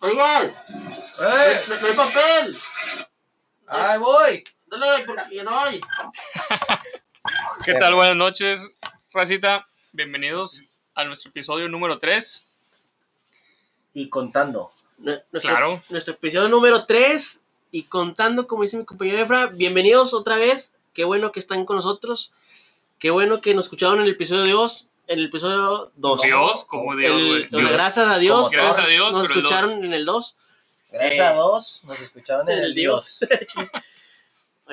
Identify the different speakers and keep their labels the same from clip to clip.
Speaker 1: Oigan,
Speaker 2: ¡Eh!
Speaker 1: no, no hay papel.
Speaker 2: ¡Ahí voy!
Speaker 1: Dale, porque no hay.
Speaker 3: ¿Qué tal? Buenas noches, Racita. Bienvenidos a nuestro episodio número 3.
Speaker 2: Y contando.
Speaker 1: Nue- Nuestro,
Speaker 3: Claro.
Speaker 1: Nuestro episodio número 3 y contando, como dice mi compañero Efra, bienvenidos otra vez. Qué bueno que están con nosotros. Qué bueno que nos escucharon en el episodio de Oz, en el episodio 2.
Speaker 3: Dios, como Dios,
Speaker 1: El-
Speaker 3: güey.
Speaker 1: o sea,
Speaker 3: Dios.
Speaker 1: gracias a Dios.
Speaker 3: Gracias
Speaker 1: nos-
Speaker 3: a Dios,
Speaker 1: Nos
Speaker 3: pero el dos.
Speaker 1: escucharon en el 2.
Speaker 2: Gracias
Speaker 1: Eh.
Speaker 2: a dos, nos escucharon en
Speaker 1: El
Speaker 2: el Dios.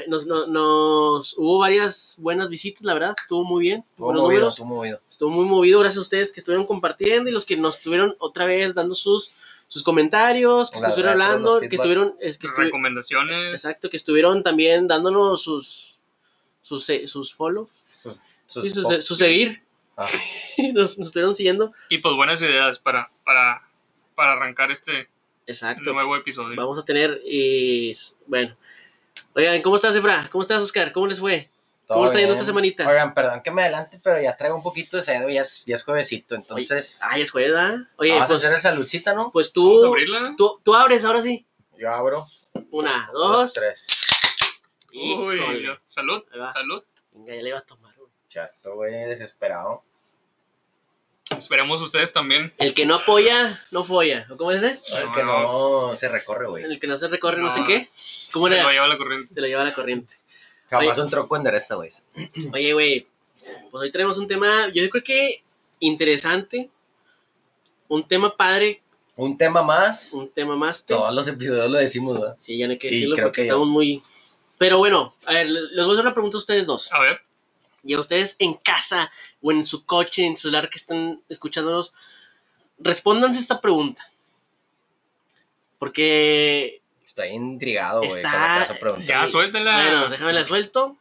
Speaker 1: Nos, no- nos- hubo varias buenas visitas, la verdad. Estuvo muy bien.
Speaker 2: Estuvo
Speaker 1: buenos
Speaker 2: movido,
Speaker 1: números.
Speaker 2: estuvo movido.
Speaker 1: Estuvo muy movido. Gracias a ustedes que estuvieron compartiendo y los que nos estuvieron otra vez dando sus, sus comentarios, que
Speaker 2: La
Speaker 1: estuvieron
Speaker 2: verdad, todos
Speaker 1: hablando,
Speaker 2: los
Speaker 1: que
Speaker 2: feedbacks.
Speaker 1: estuvieron. es que estuvi-
Speaker 3: Recomendaciones.
Speaker 1: Exacto, que estuvieron también dándonos sus sus, eh, sus follow,
Speaker 2: Sus,
Speaker 1: sí, sus,
Speaker 2: posts.
Speaker 1: sus seguir.
Speaker 2: Ah.
Speaker 1: nos, nos estuvieron siguiendo.
Speaker 3: Y pues buenas ideas para, para, para arrancar este
Speaker 1: Exacto.
Speaker 3: nuevo episodio.
Speaker 1: Vamos a tener, eh, s- bueno. Oigan, ¿cómo estás, Efra? ¿Cómo estás, Oscar? ¿Cómo les fue?
Speaker 2: Todo
Speaker 1: ¿Cómo está yendo
Speaker 2: bien.
Speaker 1: esta semanita?
Speaker 2: Oigan, perdón que me adelante, pero ya traigo un poquito de sed, ya es, ya es juevesito, entonces.
Speaker 1: Ay, es jueves, ¿verdad? Oye,
Speaker 2: vamos
Speaker 1: pues,
Speaker 2: a hacer esa luchita, ¿no?
Speaker 1: pues
Speaker 3: Vamos a
Speaker 1: tú,
Speaker 3: abrirla.
Speaker 1: tú, tú abres ahora sí.
Speaker 2: Yo abro.
Speaker 1: Una,
Speaker 2: Dos,
Speaker 1: dos.
Speaker 2: tres.
Speaker 3: Uy,
Speaker 1: Híjole.
Speaker 3: Dios. Salud,
Speaker 1: Ahí va.
Speaker 3: salud.
Speaker 1: Venga, ya le iba a tomar. uno.
Speaker 2: Chato, güey, desesperado.
Speaker 3: Esperamos ustedes también.
Speaker 1: El que no apoya, no folla. ¿O cómo es ese?
Speaker 2: El
Speaker 3: No,
Speaker 2: que no, se recorre, güey.
Speaker 1: El que no se recorre, no,
Speaker 3: No.
Speaker 1: sé qué. ¿Cómo
Speaker 3: Se
Speaker 1: era?
Speaker 3: lo lleva la corriente.
Speaker 1: Se lo lleva la corriente.
Speaker 2: Jamás un troco endereza, güey.
Speaker 1: Oye, güey, pues hoy traemos un tema, yo creo que interesante, un tema padre,
Speaker 2: Un tema más.
Speaker 1: un tema máster.
Speaker 2: Todos los episodios lo decimos, ¿verdad?
Speaker 1: Sí, ya no hay que
Speaker 2: Sí,
Speaker 1: decirlo
Speaker 2: creo
Speaker 1: porque
Speaker 2: que ya.
Speaker 1: estamos muy... Pero bueno, a ver, le- les voy a hacer una pregunta a ustedes dos.
Speaker 3: A ver,
Speaker 1: Y a ustedes en casa o en su coche, en su celular que están escuchándonos, respóndanse esta pregunta. Porque,
Speaker 2: Está intrigado, güey.
Speaker 1: Está-
Speaker 2: con la casa pregunta.
Speaker 3: ya
Speaker 1: Sí.
Speaker 3: suéltela.
Speaker 1: bueno, déjame la suelto,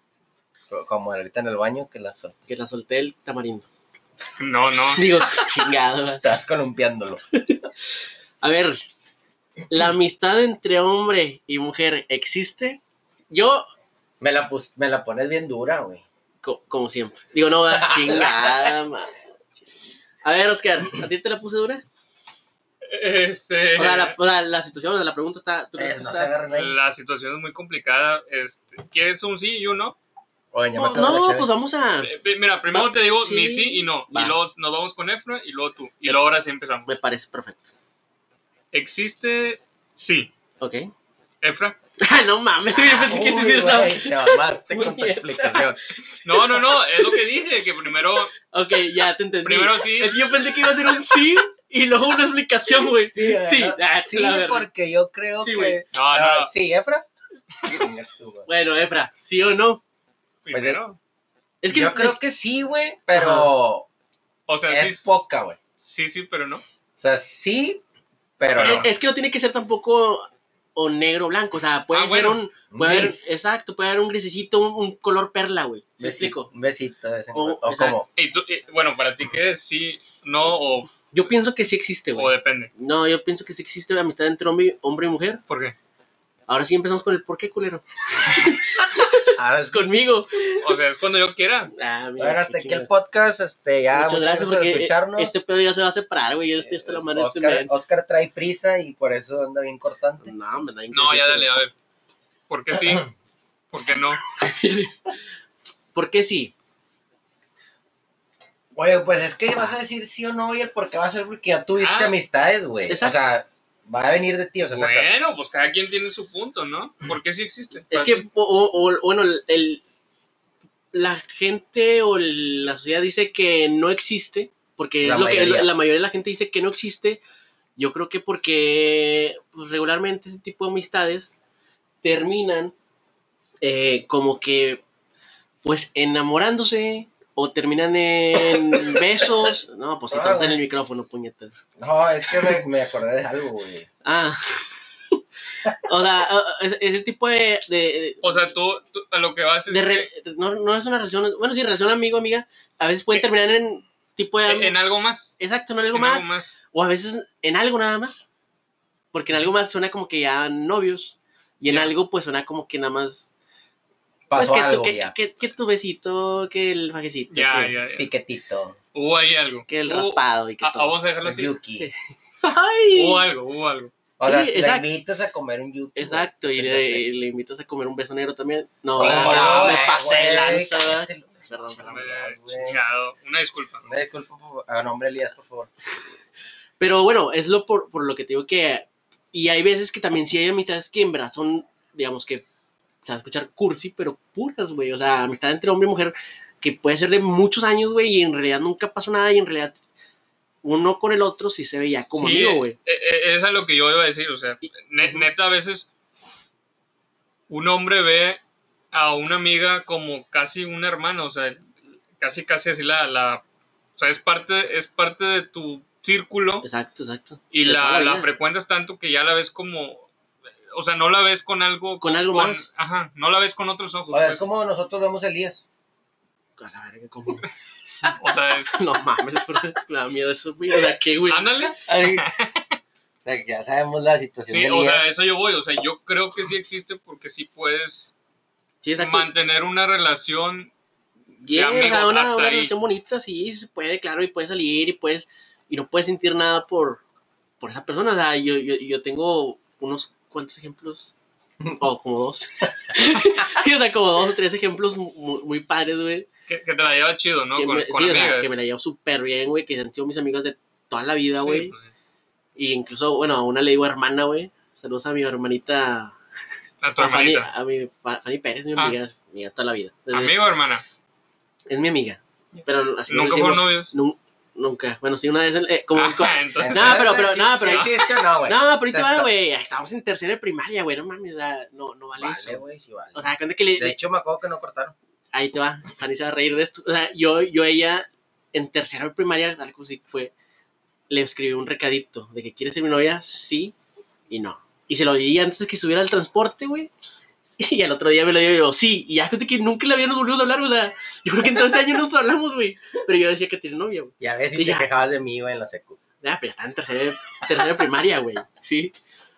Speaker 2: Como ahorita en el baño que la sol-
Speaker 1: que la solté el tamarindo.
Speaker 3: No, no.
Speaker 1: Digo, chingado. ¿verdad?
Speaker 2: Estás columpiándolo.
Speaker 1: A ver, ¿la amistad entre hombre y mujer existe? Yo,
Speaker 2: Me la, pus- me la pones bien dura, güey.
Speaker 1: co- como siempre. Digo, no, va, chingada, madre. A ver, Oscar, ¿a ti te la puse dura?
Speaker 3: Este.
Speaker 1: O sea, la, o sea, la situación, o sea, la pregunta está... ¿tú crees
Speaker 2: Eh,
Speaker 1: que
Speaker 2: no se
Speaker 1: está-
Speaker 2: agarren ahí.
Speaker 3: La situación es muy complicada. Este, ¿Qué es un sí y un no?
Speaker 2: Oye, ya me
Speaker 1: No,
Speaker 2: acabo de
Speaker 1: no,
Speaker 2: echar-
Speaker 1: pues vamos a...
Speaker 3: Eh, eh, Mira, primero
Speaker 1: Va,
Speaker 3: te digo
Speaker 1: sí.
Speaker 3: mi sí y no.
Speaker 1: Va.
Speaker 3: Y luego nos vamos con Efra y luego tú. Y luego ahora sí empezamos.
Speaker 1: Me parece perfecto.
Speaker 3: Existe sí.
Speaker 1: ¿Ok?
Speaker 3: Efra.
Speaker 1: Ah, no mames, yo pensé que te
Speaker 2: Uy,
Speaker 1: hicieron-
Speaker 2: güey, Te mamaste
Speaker 1: Muy
Speaker 2: con tu
Speaker 1: bien.
Speaker 2: explicación.
Speaker 3: No, no, no. Es lo que dije, que primero,
Speaker 1: Ok, ya te entendí.
Speaker 3: primero sí.
Speaker 1: Es que yo pensé que iba a ser un sí y luego una explicación, güey.
Speaker 2: Sí, ¿verdad?
Speaker 1: Sí, ah,
Speaker 2: Sí,
Speaker 1: la verga.
Speaker 2: porque yo creo
Speaker 1: Sí,
Speaker 2: que.
Speaker 1: güey.
Speaker 3: No, no,
Speaker 2: Ah,
Speaker 3: no.
Speaker 2: sí, Efra. Chingas tú, güey.
Speaker 1: Bueno, Efra, ¿sí o no?
Speaker 3: Primero.
Speaker 1: Es que...
Speaker 2: yo creo
Speaker 1: es-
Speaker 2: que sí, güey, pero
Speaker 3: O sea,
Speaker 2: es
Speaker 3: sí,
Speaker 2: poca, güey.
Speaker 3: sí, sí, pero no.
Speaker 2: O sea, sí, pero
Speaker 3: Eh,
Speaker 2: no.
Speaker 1: Es que no tiene que ser tampoco o negro o blanco, o sea, puede
Speaker 3: Ah,
Speaker 1: ser
Speaker 3: bueno.
Speaker 1: un, puede haber-
Speaker 2: Gris.
Speaker 1: exacto, puede haber un grisecito, un, un color perla, güey. ¿Me
Speaker 2: Besi-
Speaker 1: explico?
Speaker 2: Un besito de vez en
Speaker 1: O-
Speaker 2: cuando. O
Speaker 1: exacto.
Speaker 2: como.
Speaker 3: Y tú- y, bueno, para ti, ¿qué es sí, no o,
Speaker 1: Yo pienso que sí existe,
Speaker 3: o
Speaker 1: güey.
Speaker 3: depende?
Speaker 1: No, yo pienso que sí existe la amistad entre hombre, hombre y mujer.
Speaker 3: ¿Por qué?
Speaker 1: Ahora sí empezamos con el por qué, culero.
Speaker 2: Ahora sí.
Speaker 1: Conmigo.
Speaker 3: O sea, es cuando yo quiera.
Speaker 1: Ah, mira,
Speaker 2: ah, Bueno,
Speaker 1: qué
Speaker 2: hasta aquí
Speaker 1: chingada.
Speaker 2: el podcast. Este, ya,
Speaker 1: Muchas gracias porque eh,
Speaker 2: escucharnos.
Speaker 1: este pedo ya se va a separar, güey. Este, este la mano de este
Speaker 2: Oscar,
Speaker 1: men.
Speaker 2: Oscar trae prisa y por eso anda bien cortante.
Speaker 1: No, me da este
Speaker 3: No, ya dale, a ver. ¿Por qué sí? ¿Por qué no?
Speaker 1: ¿Por qué sí?
Speaker 2: Oye, pues es que vas a decir sí o no y el por qué va a ser porque ya tuviste
Speaker 3: Ah.
Speaker 2: amistades, güey. O
Speaker 1: Exacto.
Speaker 2: sea, va a venir de ti, o sea, sacas-
Speaker 3: Bueno, pues cada quien tiene su punto, ¿no? ¿Por qué sí existe?
Speaker 1: Es que, o, o- o- bueno, el- el, la gente o el- la sociedad dice que no existe, porque
Speaker 2: La
Speaker 1: es lo que
Speaker 2: mayoría.
Speaker 1: la, mayoría de la gente dice que no existe. Yo creo que porque pues, regularmente ese tipo de amistades terminan eh, como que, pues, enamorándose o terminan en besos. No, pues, si te
Speaker 2: Ah,
Speaker 1: vas en
Speaker 2: güey.
Speaker 1: el micrófono, puñetas.
Speaker 2: No, es que me, me acordé de algo, güey.
Speaker 1: Ah. o sea, o- o- ese, ese tipo de. de,
Speaker 3: O sea, tú, tú- a lo que vas es
Speaker 1: de
Speaker 3: que
Speaker 1: re- no, no es una relación. Bueno, sí, relación amigo, amiga. A veces pueden
Speaker 3: Que-
Speaker 1: terminar en tipo de.
Speaker 3: Eh, en algo más.
Speaker 1: exacto, en algo
Speaker 3: en
Speaker 1: más. O a veces en algo nada más. Porque en algo más suena como que ya novios. Y en
Speaker 3: Ya.
Speaker 1: algo, pues suena como que nada más. Pues
Speaker 2: Pasó
Speaker 1: que,
Speaker 2: algo
Speaker 1: tu, que,
Speaker 2: ya.
Speaker 1: que- que tu besito, que el fajecito.
Speaker 3: Ya,
Speaker 1: que,
Speaker 3: ya, ya.
Speaker 2: Piquetito.
Speaker 3: Hubo ahí algo.
Speaker 1: que el
Speaker 3: Hubo-
Speaker 1: raspado y que
Speaker 3: Ah, Oh, ah,
Speaker 1: todo.
Speaker 3: vamos a dejarlo así.
Speaker 2: Yuki.
Speaker 1: ¡Ay!
Speaker 3: Hubo algo, hubo algo.
Speaker 2: O sea,
Speaker 1: Sí,
Speaker 2: la
Speaker 1: exacto.
Speaker 2: invitas a comer un YouTube.
Speaker 1: Exacto, y le,
Speaker 2: Pensaste.
Speaker 1: le invitas a comer un beso negro también. No,
Speaker 3: ¿Cómo
Speaker 1: no,
Speaker 3: no,
Speaker 1: me
Speaker 3: eh,
Speaker 1: pasé de
Speaker 2: güey,
Speaker 1: lanza.
Speaker 2: cállate, güey.
Speaker 1: Perdón,
Speaker 3: No
Speaker 1: perdón.
Speaker 3: me
Speaker 2: Ah,
Speaker 3: haya
Speaker 2: güey.
Speaker 3: chingado. Una disculpa.
Speaker 2: Una disculpa por- a nombre de Elías, por favor.
Speaker 1: Pero bueno, es lo por, por lo que te digo que. Y hay veces que también sí hay amistades que en verdad son, digamos que se va a escuchar cursi, pero puras, güey. O sea, amistad entre hombre y mujer que puede ser de muchos años, güey, y en realidad nunca pasó nada y en realidad uno con el otro sí se veía como
Speaker 3: Sí,
Speaker 1: amigo, güey.
Speaker 3: eh, eh, Eso es lo que yo iba a decir, o sea,
Speaker 1: Y-
Speaker 3: ne-
Speaker 1: Ujú.
Speaker 3: neta a veces un hombre ve a una amiga como casi una hermana, o sea, casi casi así la, la o sea, es parte, es parte de tu círculo
Speaker 1: Exacto, exacto.
Speaker 3: y
Speaker 1: De
Speaker 3: la,
Speaker 1: toda
Speaker 3: la
Speaker 1: vida.
Speaker 3: frecuentas tanto que ya la ves como, o sea, no la ves con algo,
Speaker 1: Con algo más.
Speaker 3: ajá, no la ves con otros ojos,
Speaker 2: O sea, es
Speaker 3: pues.
Speaker 2: como nosotros vemos a Elías.
Speaker 1: A la verga, ¿cómo?
Speaker 3: o sea, es,
Speaker 1: No mames, bro, me da miedo eso, güey. O sea, ¿qué, güey?
Speaker 3: ándale,
Speaker 2: Ay. O sea, ya sabemos la situación
Speaker 3: sí,
Speaker 2: de
Speaker 3: o
Speaker 2: Elías.
Speaker 3: sea, eso yo voy, o sea, yo creo que sí existe porque sí puedes
Speaker 1: Sí, exacto.
Speaker 3: mantener una relación
Speaker 1: Bien,
Speaker 3: amigos,
Speaker 1: o sea, una,
Speaker 3: hasta
Speaker 1: una
Speaker 3: ahí.
Speaker 1: relación bonita, sí, se puede, claro, y puedes salir y puedes, y no puedes sentir nada por, por esa persona. O sea, yo, yo, yo tengo unos cuantos ejemplos, o como dos. sí, o sea, como dos o tres ejemplos mu- mu- muy, padres, güey.
Speaker 3: que, que te la lleva chido, ¿no?
Speaker 1: que,
Speaker 3: Con,
Speaker 1: me-
Speaker 3: con
Speaker 1: sí, o sea,
Speaker 3: amigas.
Speaker 1: que me la llevo súper bien, güey, que han sido mis amigas de toda la vida,
Speaker 3: Sí,
Speaker 1: güey.
Speaker 3: pues, sí.
Speaker 1: Y incluso, bueno, a una le digo hermana, güey. Saludos a mi hermanita,
Speaker 3: A tu
Speaker 1: a Fanny,
Speaker 3: hermanita.
Speaker 1: a mi fa- Fanny Pérez, mi
Speaker 3: Ah.
Speaker 1: amiga, amiga toda la vida. Entonces,
Speaker 3: Amigo o hermana.
Speaker 1: Es mi amiga. Pero así nos
Speaker 3: Nunca fueron
Speaker 1: decimos.
Speaker 3: novios.
Speaker 1: Pues, Nun- nunca. Bueno, sí, una vez. eh, como, co-
Speaker 3: Ajá, entonces.
Speaker 1: No, pero- pero- no, pero-
Speaker 2: Sí, sí, es que no, güey.
Speaker 1: no, pero ahí te va,
Speaker 2: pues, Está-
Speaker 1: güey. Estábamos en tercera de primaria, güey. No mames, o sea, no, no vale,
Speaker 2: Vale,
Speaker 1: eso.
Speaker 2: güey, sí vale.
Speaker 1: O sea, cuenta que le.
Speaker 2: de hecho, me acuerdo que no cortaron.
Speaker 1: ahí te va. Fanny se va a reír de esto. O sea, yo, yo a ella, en tercera de primaria, algo así fue. Le escribí un recadito de que quiere ser mi novia, sí y no. Y se lo di antes de que subiera al transporte, güey. Y al otro día me lo dio yo, sí. Y ya cuenta que nunca en la vida nos volvimos a hablar, o sea, yo creo que en todo ese año nos hablamos, güey. Pero yo decía que tiene novia, güey.
Speaker 2: Y a veces
Speaker 1: Sí,
Speaker 2: te
Speaker 1: ya.
Speaker 2: quejabas de mí, güey, en la secu.
Speaker 1: Ah, pero está en tercera, tercera de primaria, güey. Sí.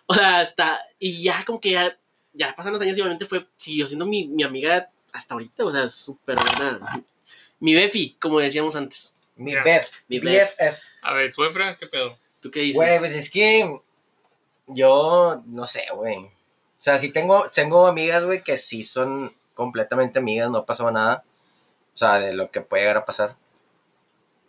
Speaker 1: O sea, está. Y ya como que ya, ya pasan los años y obviamente fue. Siguió siendo mi, mi amiga hasta ahorita. O sea, súper buena. Mi Befi, como decíamos antes.
Speaker 2: Mi
Speaker 3: Ya.
Speaker 2: Bef,
Speaker 1: Mi Bef.
Speaker 2: BFF.
Speaker 3: A ver, tú, Efra, ¿qué pedo?
Speaker 1: ¿Tú qué dices?
Speaker 2: Güey, pues es que yo no sé, güey. O sea, sí tengo, tengo amigas, güey, que sí son completamente amigas, no pasaba nada. O sea, de lo que puede llegar a pasar.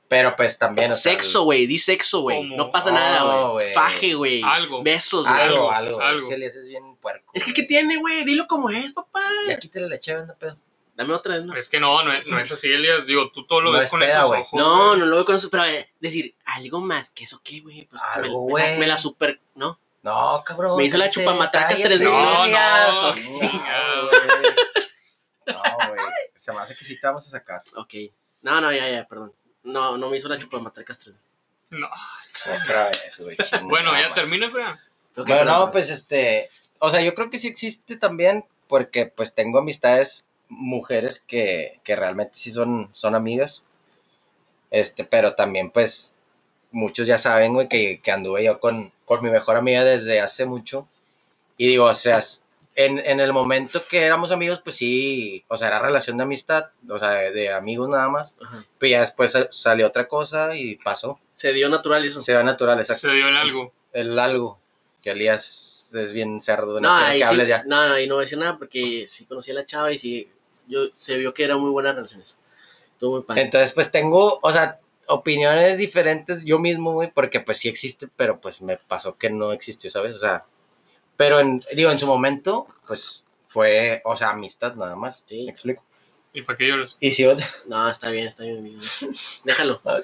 Speaker 2: Pero pues también, o sea,
Speaker 1: sexo, güey. Di sexo, güey.
Speaker 3: ¿Cómo?
Speaker 1: No pasa
Speaker 2: No,
Speaker 1: nada, güey.
Speaker 2: güey.
Speaker 1: Faje, güey.
Speaker 3: Algo.
Speaker 1: Besos, güey.
Speaker 2: algo, algo.
Speaker 3: algo, algo.
Speaker 2: Es que le haces bien puerco.
Speaker 1: Es que, ¿qué
Speaker 2: güey.
Speaker 1: tiene, güey? Dilo como es, papá.
Speaker 2: Ya quítale la chave, no pedo.
Speaker 1: Dame otra vez, ¿no?
Speaker 3: Es que no, no es, no es así, Elias. Digo, tú todo lo
Speaker 2: No
Speaker 3: ves
Speaker 2: es
Speaker 3: con
Speaker 2: peda,
Speaker 3: esos
Speaker 2: güey.
Speaker 3: ojos.
Speaker 1: No,
Speaker 3: güey.
Speaker 1: no lo veo con eso. Pero eh, decir algo más. que eso qué, güey? Pues, me-
Speaker 2: Algo,
Speaker 1: me, la-
Speaker 2: güey.
Speaker 1: me la super. ¿No?
Speaker 2: No, cabrón.
Speaker 1: Me hizo la
Speaker 2: cállate,
Speaker 1: chupamatracas tres
Speaker 2: cállate,
Speaker 1: mil.
Speaker 3: No,
Speaker 2: Elías.
Speaker 3: no,
Speaker 2: No,
Speaker 3: chingado.
Speaker 2: güey. No, güey. Se me hace que sí te vamos a sacar.
Speaker 1: Ok. No, no, ya, ya, perdón. No, no me hizo la chupamatracas 3.
Speaker 3: No.
Speaker 2: Otra vez, güey.
Speaker 3: Bueno,
Speaker 2: chingada
Speaker 3: ya
Speaker 2: madre.
Speaker 3: termina, Efra.
Speaker 1: Ok,
Speaker 2: Bueno,
Speaker 1: perdón,
Speaker 2: no, pues este, o sea, yo creo que sí existe también, porque pues tengo amistades mujeres que, que realmente sí son, son amigas, este, pero también pues muchos ya saben, güey, que, que anduve yo con, con mi mejor amiga desde hace mucho, y digo, o sea, s- en, en el momento que éramos amigos, pues sí, o sea, era relación de amistad, o sea, de, de amigos nada más,
Speaker 1: Ajá.
Speaker 2: pero ya después sal- salió otra cosa y pasó,
Speaker 1: Se dio natural eso.
Speaker 2: se da natural, exacto
Speaker 3: Se dio el algo.
Speaker 2: el algo. Que Elías es bien cerdo,
Speaker 1: no,
Speaker 2: no, quiero
Speaker 1: ahí
Speaker 2: que
Speaker 1: sí,
Speaker 2: hables ya.
Speaker 1: no, no, ahí no voy a decir nada porque sí conocí a la chava y sí, yo, se vio que eran muy buenas relaciones. Estuvo muy padre.
Speaker 2: Entonces, pues tengo, o sea, opiniones diferentes yo mismo, güey, porque pues sí existe, pero pues me pasó que no existió, ¿sabes? O sea, pero en, digo, en su momento, pues fue, o sea, amistad nada más.
Speaker 1: Sí.
Speaker 2: ¿Me explico?
Speaker 3: ¿Y para qué lloras?
Speaker 2: Y si otra.
Speaker 1: No, está bien, está bien, amigo. Déjalo.
Speaker 3: Fue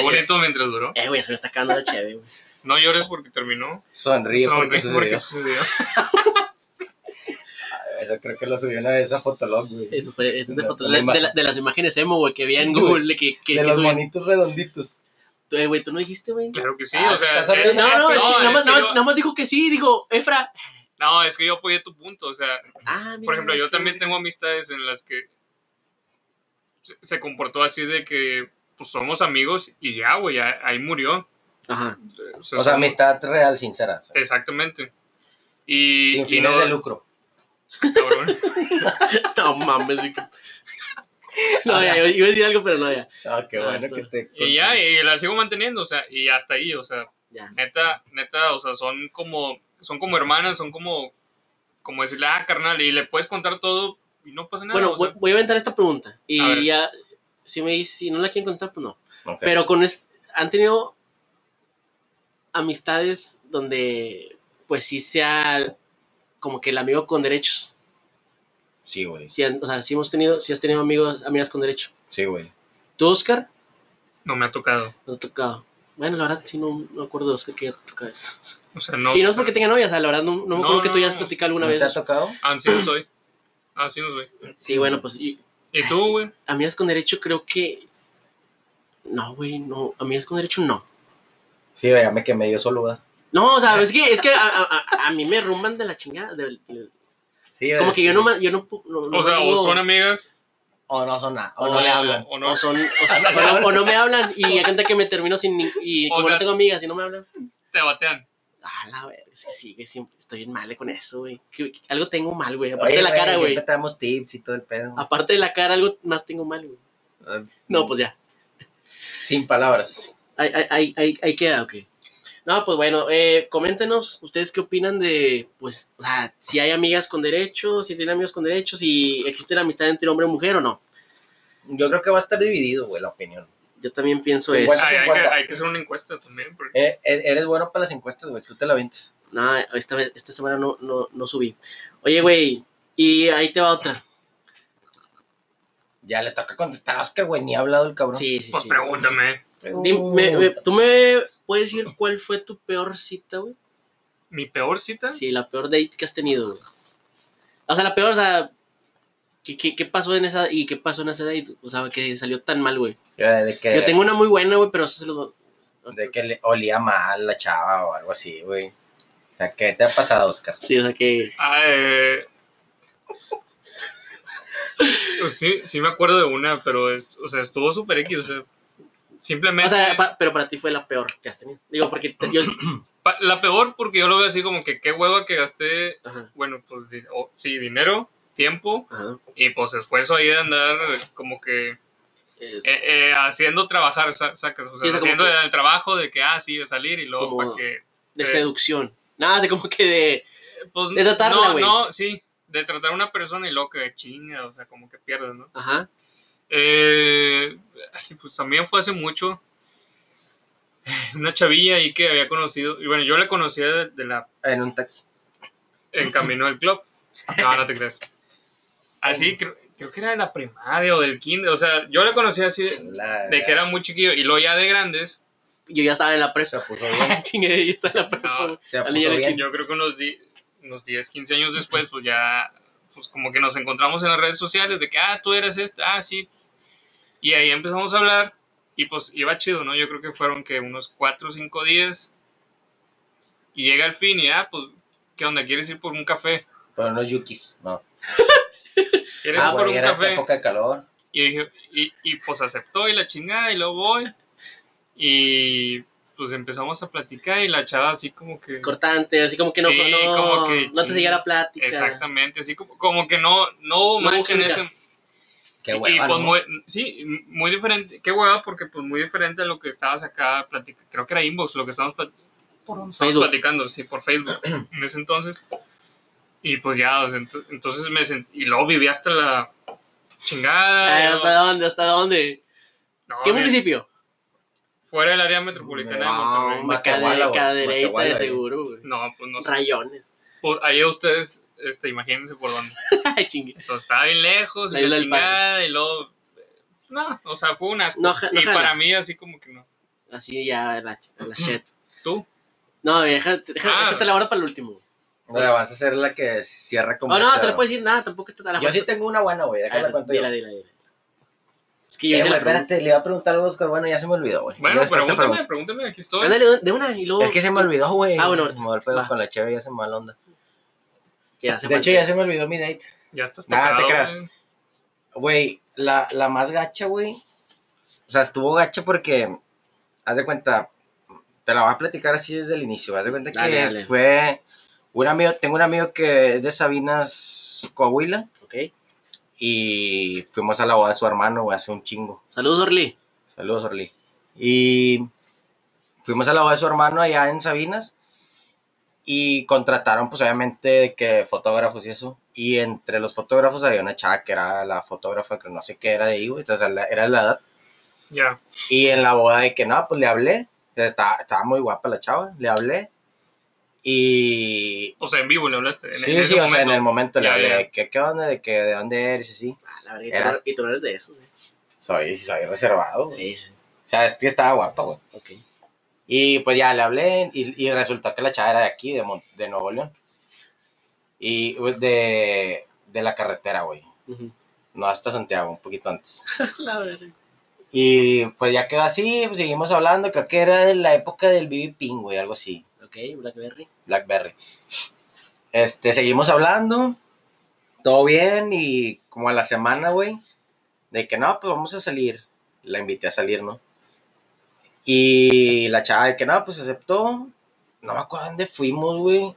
Speaker 1: Oye.
Speaker 3: bonito mientras duró.
Speaker 1: Eh, güey, se me está acabando la chévere, güey.
Speaker 3: No llores porque terminó.
Speaker 2: Sonríe porque
Speaker 3: Sonríe porque
Speaker 2: sucedió.
Speaker 3: sucedió.
Speaker 2: Ay, Yo creo que lo subió una vez a Fotolog, güey.
Speaker 1: Eso fue, eso es de,
Speaker 2: No,
Speaker 1: foto-
Speaker 2: la
Speaker 1: de, de
Speaker 2: imagen.
Speaker 1: la- de las imágenes emo, güey, que vi en
Speaker 2: Sí,
Speaker 1: Google, de que, que,
Speaker 2: De
Speaker 1: que
Speaker 2: los
Speaker 1: suben.
Speaker 2: bonitos redonditos.
Speaker 1: Tú, eh, güey, tú no dijiste, güey.
Speaker 3: Claro que sí,
Speaker 2: Ah,
Speaker 3: o sea.
Speaker 2: estás hablando-
Speaker 3: es-
Speaker 1: No, no, es que
Speaker 3: no,
Speaker 1: nada,
Speaker 3: es
Speaker 1: más,
Speaker 3: que
Speaker 1: nada,
Speaker 3: yo-
Speaker 1: más- nada más dijo que sí, dijo, Efra.
Speaker 3: no, es que yo apoyé tu punto, o sea.
Speaker 1: Ah, mira,
Speaker 3: Por ejemplo, yo
Speaker 1: qué
Speaker 3: también
Speaker 1: bueno.
Speaker 3: tengo amistades en las que se, se comportó así de que pues somos amigos y ya, güey, ya- ahí murió.
Speaker 1: Ajá.
Speaker 3: O sea,
Speaker 2: O sea,
Speaker 3: somos-
Speaker 2: amistad real, sincera. o sea,
Speaker 3: Exactamente. Y,
Speaker 2: sin
Speaker 3: y
Speaker 2: fines
Speaker 3: no,
Speaker 2: de lucro.
Speaker 3: cabrón.
Speaker 1: No mames, güey. No, ya, yo iba a decir algo, pero no, ya.
Speaker 2: Ah, qué
Speaker 1: Ah,
Speaker 2: bueno
Speaker 1: esto-
Speaker 2: que te.
Speaker 3: y ya, y la sigo manteniendo, o sea, y hasta ahí, o sea,
Speaker 1: Ya.
Speaker 3: Neta, neta, o sea, son como, son como hermanas, son como, como decirle, ah, carnal, y le puedes contar todo y no pasa nada.
Speaker 1: Bueno,
Speaker 3: o sea,
Speaker 1: voy, voy a aventar esta pregunta.
Speaker 3: A ver.
Speaker 1: Y ya, si me dice- si no la quieren contestar, pues no.
Speaker 2: Ok.
Speaker 1: Pero con es, han tenido amistades donde pues sí sea como que el amigo con derechos.
Speaker 2: Sí, güey.
Speaker 1: Si han- o sea, sí hemos tenido, si has tenido amigos, amigas con derecho.
Speaker 2: Sí, güey.
Speaker 1: ¿Tú, Oscar?
Speaker 3: no me ha tocado.
Speaker 1: No ha tocado. Bueno, la verdad sí no no me acuerdo de Oscar que haya tocado eso.
Speaker 3: O sea, no.
Speaker 1: Y no es porque tenga novia, o sea, la verdad no, no me
Speaker 3: No,
Speaker 1: acuerdo que
Speaker 3: no,
Speaker 1: tú hayas
Speaker 3: no.
Speaker 1: platicado alguna
Speaker 2: ¿No
Speaker 1: vez.
Speaker 2: te ha
Speaker 1: eso.
Speaker 2: tocado?
Speaker 3: Así no soy. Así no soy.
Speaker 1: Sí, bueno, pues y-
Speaker 3: ¿Y tú, güey?
Speaker 1: amigas con derecho creo que... No, güey, no. Amigas con derecho no.
Speaker 2: Sí, güey, ya me quemé yo solo, güey.
Speaker 1: No, o sea, es que, es que a, a- a- a mí me rumban de la chingada. de- de-
Speaker 2: Sí, güey,
Speaker 1: como que yo
Speaker 2: sí.
Speaker 1: no, ma- yo no, pu- no- no
Speaker 3: O sea, o
Speaker 1: tengo-
Speaker 3: son amigas
Speaker 2: O no son nada. O,
Speaker 1: O
Speaker 2: no le
Speaker 1: no.
Speaker 2: hablan.
Speaker 3: o no.
Speaker 1: o, son, o, son- o no, o no me hablan y ya cuenta que me termino sin ni- y
Speaker 3: O
Speaker 1: como
Speaker 3: sea-
Speaker 1: no tengo amigas y no me hablan.
Speaker 3: te batean.
Speaker 1: Ah, la verga, sí, sí, que siempre estoy bien mal con eso, güey. Que- que Algo tengo mal, güey. Aparte de la cara, güey. Ah.
Speaker 2: Siempre te damos tips y todo el pedo. Ah,
Speaker 1: Aparte de la cara, algo más tengo mal, güey. No, pues ya.
Speaker 2: Sin palabras.
Speaker 1: Ahí, ahí- ahí, ahí, ahí queda, ok. No, pues bueno, eh, coméntenos ustedes qué opinan de, pues, o sea, si hay amigas con derechos, si tienen amigos con derechos, si existe la amistad entre hombre y mujer o no.
Speaker 2: Yo creo que va a estar dividido, güey, la opinión.
Speaker 1: Yo también pienso
Speaker 2: Igual.
Speaker 1: eso.
Speaker 3: Ay, hay, que,
Speaker 2: cincuenta.
Speaker 3: hay que hacer una encuesta también. Porque...
Speaker 2: Eh, eh, eres bueno para las encuestas, güey. Tú te la vientes.
Speaker 1: Nada, esta, vez- esta semana no, no, no subí. Oye, güey, y ahí te va otra.
Speaker 2: Ya le toca contestar a Oscar, güey. Ni ha hablado el cabrón.
Speaker 1: Sí, sí,
Speaker 3: Pues
Speaker 1: sí.
Speaker 3: pregúntame.
Speaker 1: Dim- me- me- ¿Tú me puedes decir cuál fue tu peor cita, güey?
Speaker 3: ¿Mi peor cita?
Speaker 1: Sí, la peor date que has tenido, güey. O sea, la peor, o sea, ¿qué, qué, qué pasó en esa y qué pasó en esa date? O sea, que salió tan mal, güey.
Speaker 2: Eh, De que,
Speaker 1: Yo tengo una muy buena, güey, pero eso se lo...
Speaker 2: de que le olía mal la chava o algo así, güey. O sea, ¿qué te ha pasado, Oscar?
Speaker 1: Sí, o sea que...
Speaker 3: Ah, eh, pues sí, sí me acuerdo de una, pero es- o sea, estuvo súper X. O sea,
Speaker 1: O
Speaker 3: simplemente.
Speaker 1: sea, pa- pero para ti fue la peor que has tenido. Digo, porque te- yo...
Speaker 3: pa- la peor, porque yo lo veo así como que qué hueva que gasté.
Speaker 1: Ajá,
Speaker 3: Bueno, pues di- o- sí, dinero, tiempo
Speaker 1: ajá.
Speaker 3: y pues esfuerzo ahí de andar como que
Speaker 1: Es
Speaker 3: eh, eh, haciendo trabajar, sa- sacas, o
Speaker 1: Sí,
Speaker 3: sea,
Speaker 1: o sea, como
Speaker 3: haciendo
Speaker 1: que-
Speaker 3: el trabajo de que, ah, sí, de salir y luego
Speaker 1: Como-
Speaker 3: para que.
Speaker 1: de
Speaker 3: eh,
Speaker 1: seducción. Nada, de como que de...
Speaker 3: pues,
Speaker 1: de tratarla,
Speaker 3: no,
Speaker 1: güey.
Speaker 3: no, sí, de tratar a una persona y luego que chinga, o sea, como que pierdes, ¿no?
Speaker 1: Ajá.
Speaker 3: Eh, ay, pues también fue hace mucho. Una chavilla ahí que había conocido. Y bueno, yo la conocía de, de la,
Speaker 2: En un taxi.
Speaker 3: en camino al club. No, no te creas. Así, creo, creo que era de la primaria o del kinder. O sea, yo la conocía así de,
Speaker 2: La-
Speaker 3: de que era muy chiquillo. Y luego ya de grandes.
Speaker 1: Yo ya estaba en la
Speaker 2: Se
Speaker 1: prepa.
Speaker 2: puso bien.
Speaker 1: Chingue, yo estaba en la prepa,
Speaker 3: No.
Speaker 1: güey.
Speaker 2: Se
Speaker 1: La
Speaker 2: puso
Speaker 1: niña de
Speaker 2: bien.
Speaker 3: Yo creo que unos, di- unos 10, 15 años después, pues ya, pues como que nos encontramos en las redes sociales de que, ah, tú eres esta, ah, sí. Y ahí empezamos a hablar y pues iba chido, ¿no? Yo creo que fueron que unos 4 o 5 días. Y llega al fin y, ah, pues, ¿qué onda? ¿Quieres ir por un café?
Speaker 2: Pero no yukis, no.
Speaker 3: ¿Quieres
Speaker 1: Ah,
Speaker 3: ir por
Speaker 2: güey,
Speaker 3: un
Speaker 2: era
Speaker 3: café?
Speaker 2: época de calor.
Speaker 3: Y, dije, y, y, pues aceptó y la chingada y luego voy. Y pues empezamos a platicar y la chava así como que...
Speaker 1: Cortante, así como que no...
Speaker 3: Sí,
Speaker 1: no,
Speaker 3: como que
Speaker 1: no te seguía
Speaker 3: chinga.
Speaker 1: la plática.
Speaker 3: Exactamente, así como, como que no, no hubo
Speaker 1: No hubo
Speaker 3: match en
Speaker 1: química.
Speaker 3: ese,
Speaker 2: Qué
Speaker 3: y-
Speaker 2: hueva,
Speaker 3: y, pues,
Speaker 2: ¿no?
Speaker 3: muy- sí, muy diferente. Qué hueva, porque pues muy diferente a lo que estabas acá platicando. Creo que era inbox lo que estábamos, plat- estábamos
Speaker 1: Facebook.
Speaker 3: platicando, sí, por Facebook en ese entonces. Y pues ya, o sea, ento- entonces me sentí. Y luego viví hasta la chingada.
Speaker 1: Ay,
Speaker 3: y
Speaker 1: Ah, ¿Hasta
Speaker 3: luego-
Speaker 1: dónde? ¿Hasta dónde?
Speaker 3: no,
Speaker 1: Eh, ¿Qué
Speaker 3: bien,
Speaker 1: municipio?
Speaker 3: Fuera del área metropolitana
Speaker 1: No,
Speaker 3: de Monterrey.
Speaker 2: ma-
Speaker 1: Macadeca,
Speaker 2: Matehuala, güey.
Speaker 1: cadereita de
Speaker 2: Matehuala,
Speaker 1: seguro, güey.
Speaker 3: No, pues no sé.
Speaker 1: Rayones.
Speaker 3: Pues, ahí ustedes, este, imagínense por dónde.
Speaker 1: Ay, chingue.
Speaker 3: O sea, estaba bien lejos,
Speaker 1: La
Speaker 3: y
Speaker 1: isla
Speaker 3: la
Speaker 1: del padre.
Speaker 3: chingada, y luego. eh, No, o sea, fue un asco.
Speaker 1: No, ja- no
Speaker 3: y
Speaker 1: jala.
Speaker 3: para mí, así como que no.
Speaker 1: Así ya, la, la shit.
Speaker 3: ¿Tú?
Speaker 1: No, güey, déjate,
Speaker 3: Ah.
Speaker 1: deja, déjate la hora para el último.
Speaker 2: Güey, vas a ser la que cierra como.
Speaker 1: Oh, no, te no puedes decir nada, tampoco está tan Ah,
Speaker 2: Yo sí tengo una buena, güey. Déjame la cuento yo.
Speaker 1: Dila, dila, dila. Es que yo
Speaker 2: Eh,
Speaker 1: hice la
Speaker 2: güey,
Speaker 1: pregunta.
Speaker 2: espérate, le iba a preguntar algo a Oscar. Bueno, ya se me olvidó, güey.
Speaker 3: Bueno,
Speaker 2: Sí, después te
Speaker 3: pregúntame, pregúntame, aquí estoy.
Speaker 1: Ándale, de- de una y luego.
Speaker 2: pregunto. Es que se me olvidó, güey.
Speaker 1: Ah, bueno, ahorita.
Speaker 2: Se me olvidó
Speaker 1: Va.
Speaker 2: con la cheve, ya se me va la onda.
Speaker 1: Que hace
Speaker 2: De
Speaker 1: falta.
Speaker 2: hecho, ya se me olvidó mi date.
Speaker 3: Ya estás
Speaker 2: Nah,
Speaker 3: tocado.
Speaker 2: te creas.
Speaker 3: güey.
Speaker 2: Güey, la, la más gacha, güey. O sea, estuvo gacha porque, haz de cuenta, te la voy a platicar así desde el inicio. Haz de cuenta que
Speaker 1: Dale, dale.
Speaker 2: fue un amigo, tengo un amigo que es de Sabinas, Coahuila,
Speaker 1: Ok.
Speaker 2: y fuimos a la boda de su hermano, güey, hace un chingo.
Speaker 1: Saludos, Orly.
Speaker 2: Saludos, Orly. Y Fuimos a la boda de su hermano allá en Sabinas y contrataron, pues obviamente, de que fotógrafos y eso. Y entre los fotógrafos había una chava que era la fotógrafa, que no sé qué era de ahí, güey, entonces la- era la edad.
Speaker 3: Ya.
Speaker 2: Y en la boda de que no, pues le hablé. Estaba, estaba muy guapa la chava, le hablé. Y.
Speaker 3: O sea, en vivo le hablaste. En,
Speaker 2: sí,
Speaker 3: en ese
Speaker 2: sí, o sea, en
Speaker 3: momento.
Speaker 2: el momento le
Speaker 3: Ya,
Speaker 2: hablé
Speaker 3: ya.
Speaker 2: de que, qué onda, de que, de dónde eres, y así.
Speaker 1: Ah, la verga, y
Speaker 2: Era- Oh.
Speaker 1: tú no- y tú no eres de eso. güey.
Speaker 2: Soy, sí, soy reservado. güey.
Speaker 1: Sí, sí,
Speaker 2: O sea, es que estaba guapa, güey.
Speaker 1: ok.
Speaker 2: Y pues ya le hablé y, y resultó que la chava era de aquí, de, Mon- de Nuevo León. Y güey, de, de la carretera, güey.
Speaker 1: Ujú.
Speaker 2: No hasta Santiago, un poquito antes.
Speaker 1: La verga.
Speaker 2: Y pues ya quedó así, pues, seguimos hablando. Creo que era de la época del BB Ping, güey, algo así.
Speaker 1: Ok, Blackberry.
Speaker 2: Blackberry. Este, seguimos hablando, todo bien, y como a la semana, güey, de que no, pues vamos a salir. La invité a salir, ¿no? Y la chava de que no, pues aceptó. No me acuerdo dónde fuimos, güey.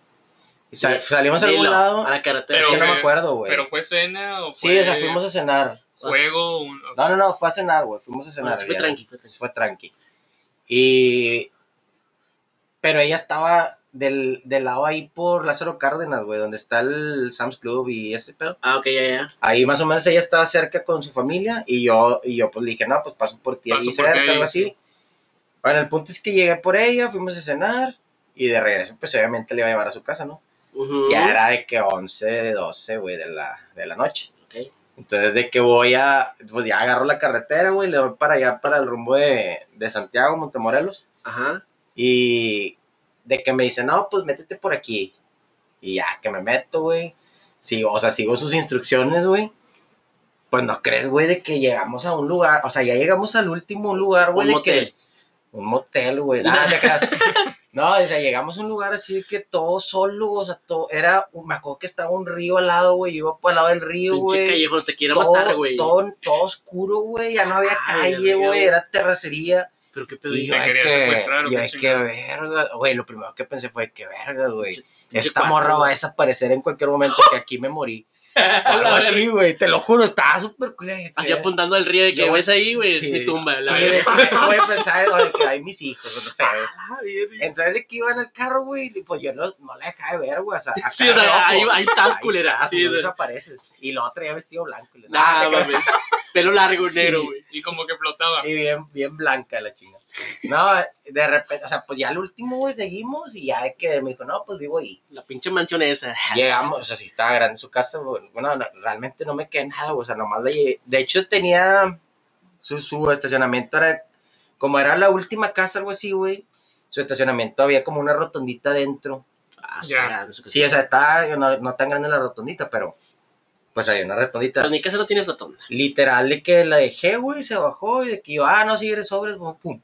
Speaker 2: Y sal- salimos a algún
Speaker 1: Dilo,
Speaker 2: lado.
Speaker 1: A la carretera.
Speaker 2: es que
Speaker 3: Ah, Pero,
Speaker 2: no me
Speaker 3: güey,
Speaker 2: acuerdo, güey.
Speaker 3: Pero fue cena o fue
Speaker 2: Sí, o sea, fuimos a cenar.
Speaker 3: juego. Un, o sea,
Speaker 2: No, no, no, fue a cenar, güey. Fuimos a cenar.
Speaker 1: No, sí fue
Speaker 2: ya.
Speaker 1: tranqui, fue tranqui.
Speaker 2: Sí fue tranqui. Y. Pero ella estaba del, del lado ahí por Lázaro Cárdenas, güey, donde está el Sam's Club y ese pedo.
Speaker 1: Ah, ok, ya, ya.
Speaker 2: Ahí más o menos ella estaba cerca con su familia y yo, y yo pues le dije, no, pues paso por ti ahí
Speaker 3: Paso por ti
Speaker 2: cerca,
Speaker 3: ahí,
Speaker 2: algo así.
Speaker 3: sí.
Speaker 2: Bueno, el punto es que llegué por ella, fuimos a cenar y de regreso, pues obviamente le iba a llevar a su casa, ¿no?
Speaker 1: Ujú.
Speaker 2: Ya era de que 11, 12, güey, de la, de la noche.
Speaker 1: Ok.
Speaker 2: Entonces, de que voy a, pues ya agarro la carretera, güey, le voy para allá, para el rumbo de, de Santiago, Montemorelos.
Speaker 1: Ajá.
Speaker 2: Y de que me dice, no, pues métete por aquí. Y ya, que me meto, güey. Sí, o sea, sigo sus instrucciones, güey. Pues no crees, güey, de que llegamos a un lugar, o sea, ya llegamos al último lugar, güey.
Speaker 1: Un
Speaker 2: de que-
Speaker 1: motel.
Speaker 2: un motel, güey. Ah, te creas. No, o sea, llegamos a un lugar así de que todo solo, o sea, todo, era, un- me acuerdo que estaba un río al lado, güey, yo iba para el lado del río,
Speaker 1: Pinche
Speaker 2: güey.
Speaker 1: callejón, te quiere
Speaker 2: Todo,
Speaker 1: matar, güey. Ah,
Speaker 2: todo, todo oscuro, güey, ya no había
Speaker 1: Ay, la
Speaker 2: calle,
Speaker 1: verga,
Speaker 2: güey,
Speaker 1: güey.
Speaker 2: era terracería.
Speaker 1: Pero qué pedo.
Speaker 2: Y
Speaker 1: Y
Speaker 2: yo,
Speaker 3: te
Speaker 2: ay,
Speaker 3: quería
Speaker 2: que-
Speaker 3: secuestrar, ¿o
Speaker 2: yo,
Speaker 3: qué
Speaker 2: ay, qué
Speaker 3: chingados?
Speaker 2: verga, güey, lo primero que pensé fue, qué verga, güey.
Speaker 1: pinche
Speaker 2: Esta
Speaker 1: pato,
Speaker 2: morra va a
Speaker 1: güey.
Speaker 2: desaparecer en cualquier momento que aquí me morí. O algo así, güey, te lo juro, estaba súper cool. de que-
Speaker 1: Así apuntando al río de que
Speaker 2: Yo-
Speaker 1: ves ahí, güey,
Speaker 2: Sí,
Speaker 1: es mi tumba. La
Speaker 2: sí,
Speaker 1: verga.
Speaker 2: de que, güey, pensaba, de que hay mis hijos, no sé, güey.
Speaker 1: Ah, verga.
Speaker 2: Entonces de que iba en el carro, güey, y pues yo no, no la dejaba de ver, güey. O sea, a
Speaker 1: Sí,
Speaker 2: cada
Speaker 1: o sea,
Speaker 2: ojo,
Speaker 1: ahí, ahí estás,
Speaker 2: ahí
Speaker 1: culera.
Speaker 2: estás,
Speaker 1: Sí,
Speaker 2: no
Speaker 1: o sea,
Speaker 2: desapareces. Y lo traía vestido blanco. y la-
Speaker 1: nada,
Speaker 2: te creas.
Speaker 1: mames. Pelo largo,
Speaker 2: Sí.
Speaker 1: negro, güey.
Speaker 3: Y como que flotaba.
Speaker 2: Y bien, bien blanca la chinga. No, de repente, o sea, pues ya al último, güey, seguimos y ya de que me dijo, no, pues vivo ahí.
Speaker 1: La pinche mansión esa.
Speaker 2: Llegamos, o sea, si estaba grande su casa, güey. Bueno, no, realmente no me quedé nada, güey, o sea, nomás la llegué. De hecho, tenía su, su estacionamiento, era, como era la última casa, algo así, güey. Su estacionamiento había como una rotondita dentro.
Speaker 1: Ah,
Speaker 3: Ya.
Speaker 1: sea, no sé qué
Speaker 2: Sí, o sea, está no, no tan grande la rotondita, pero pues hay una
Speaker 1: Pero
Speaker 2: rotondita.
Speaker 1: mi casa no tiene rotonda.
Speaker 2: Literal de que la dejé, güey, se bajó y de que yo, ah, no, si eres sobres, pum, pum.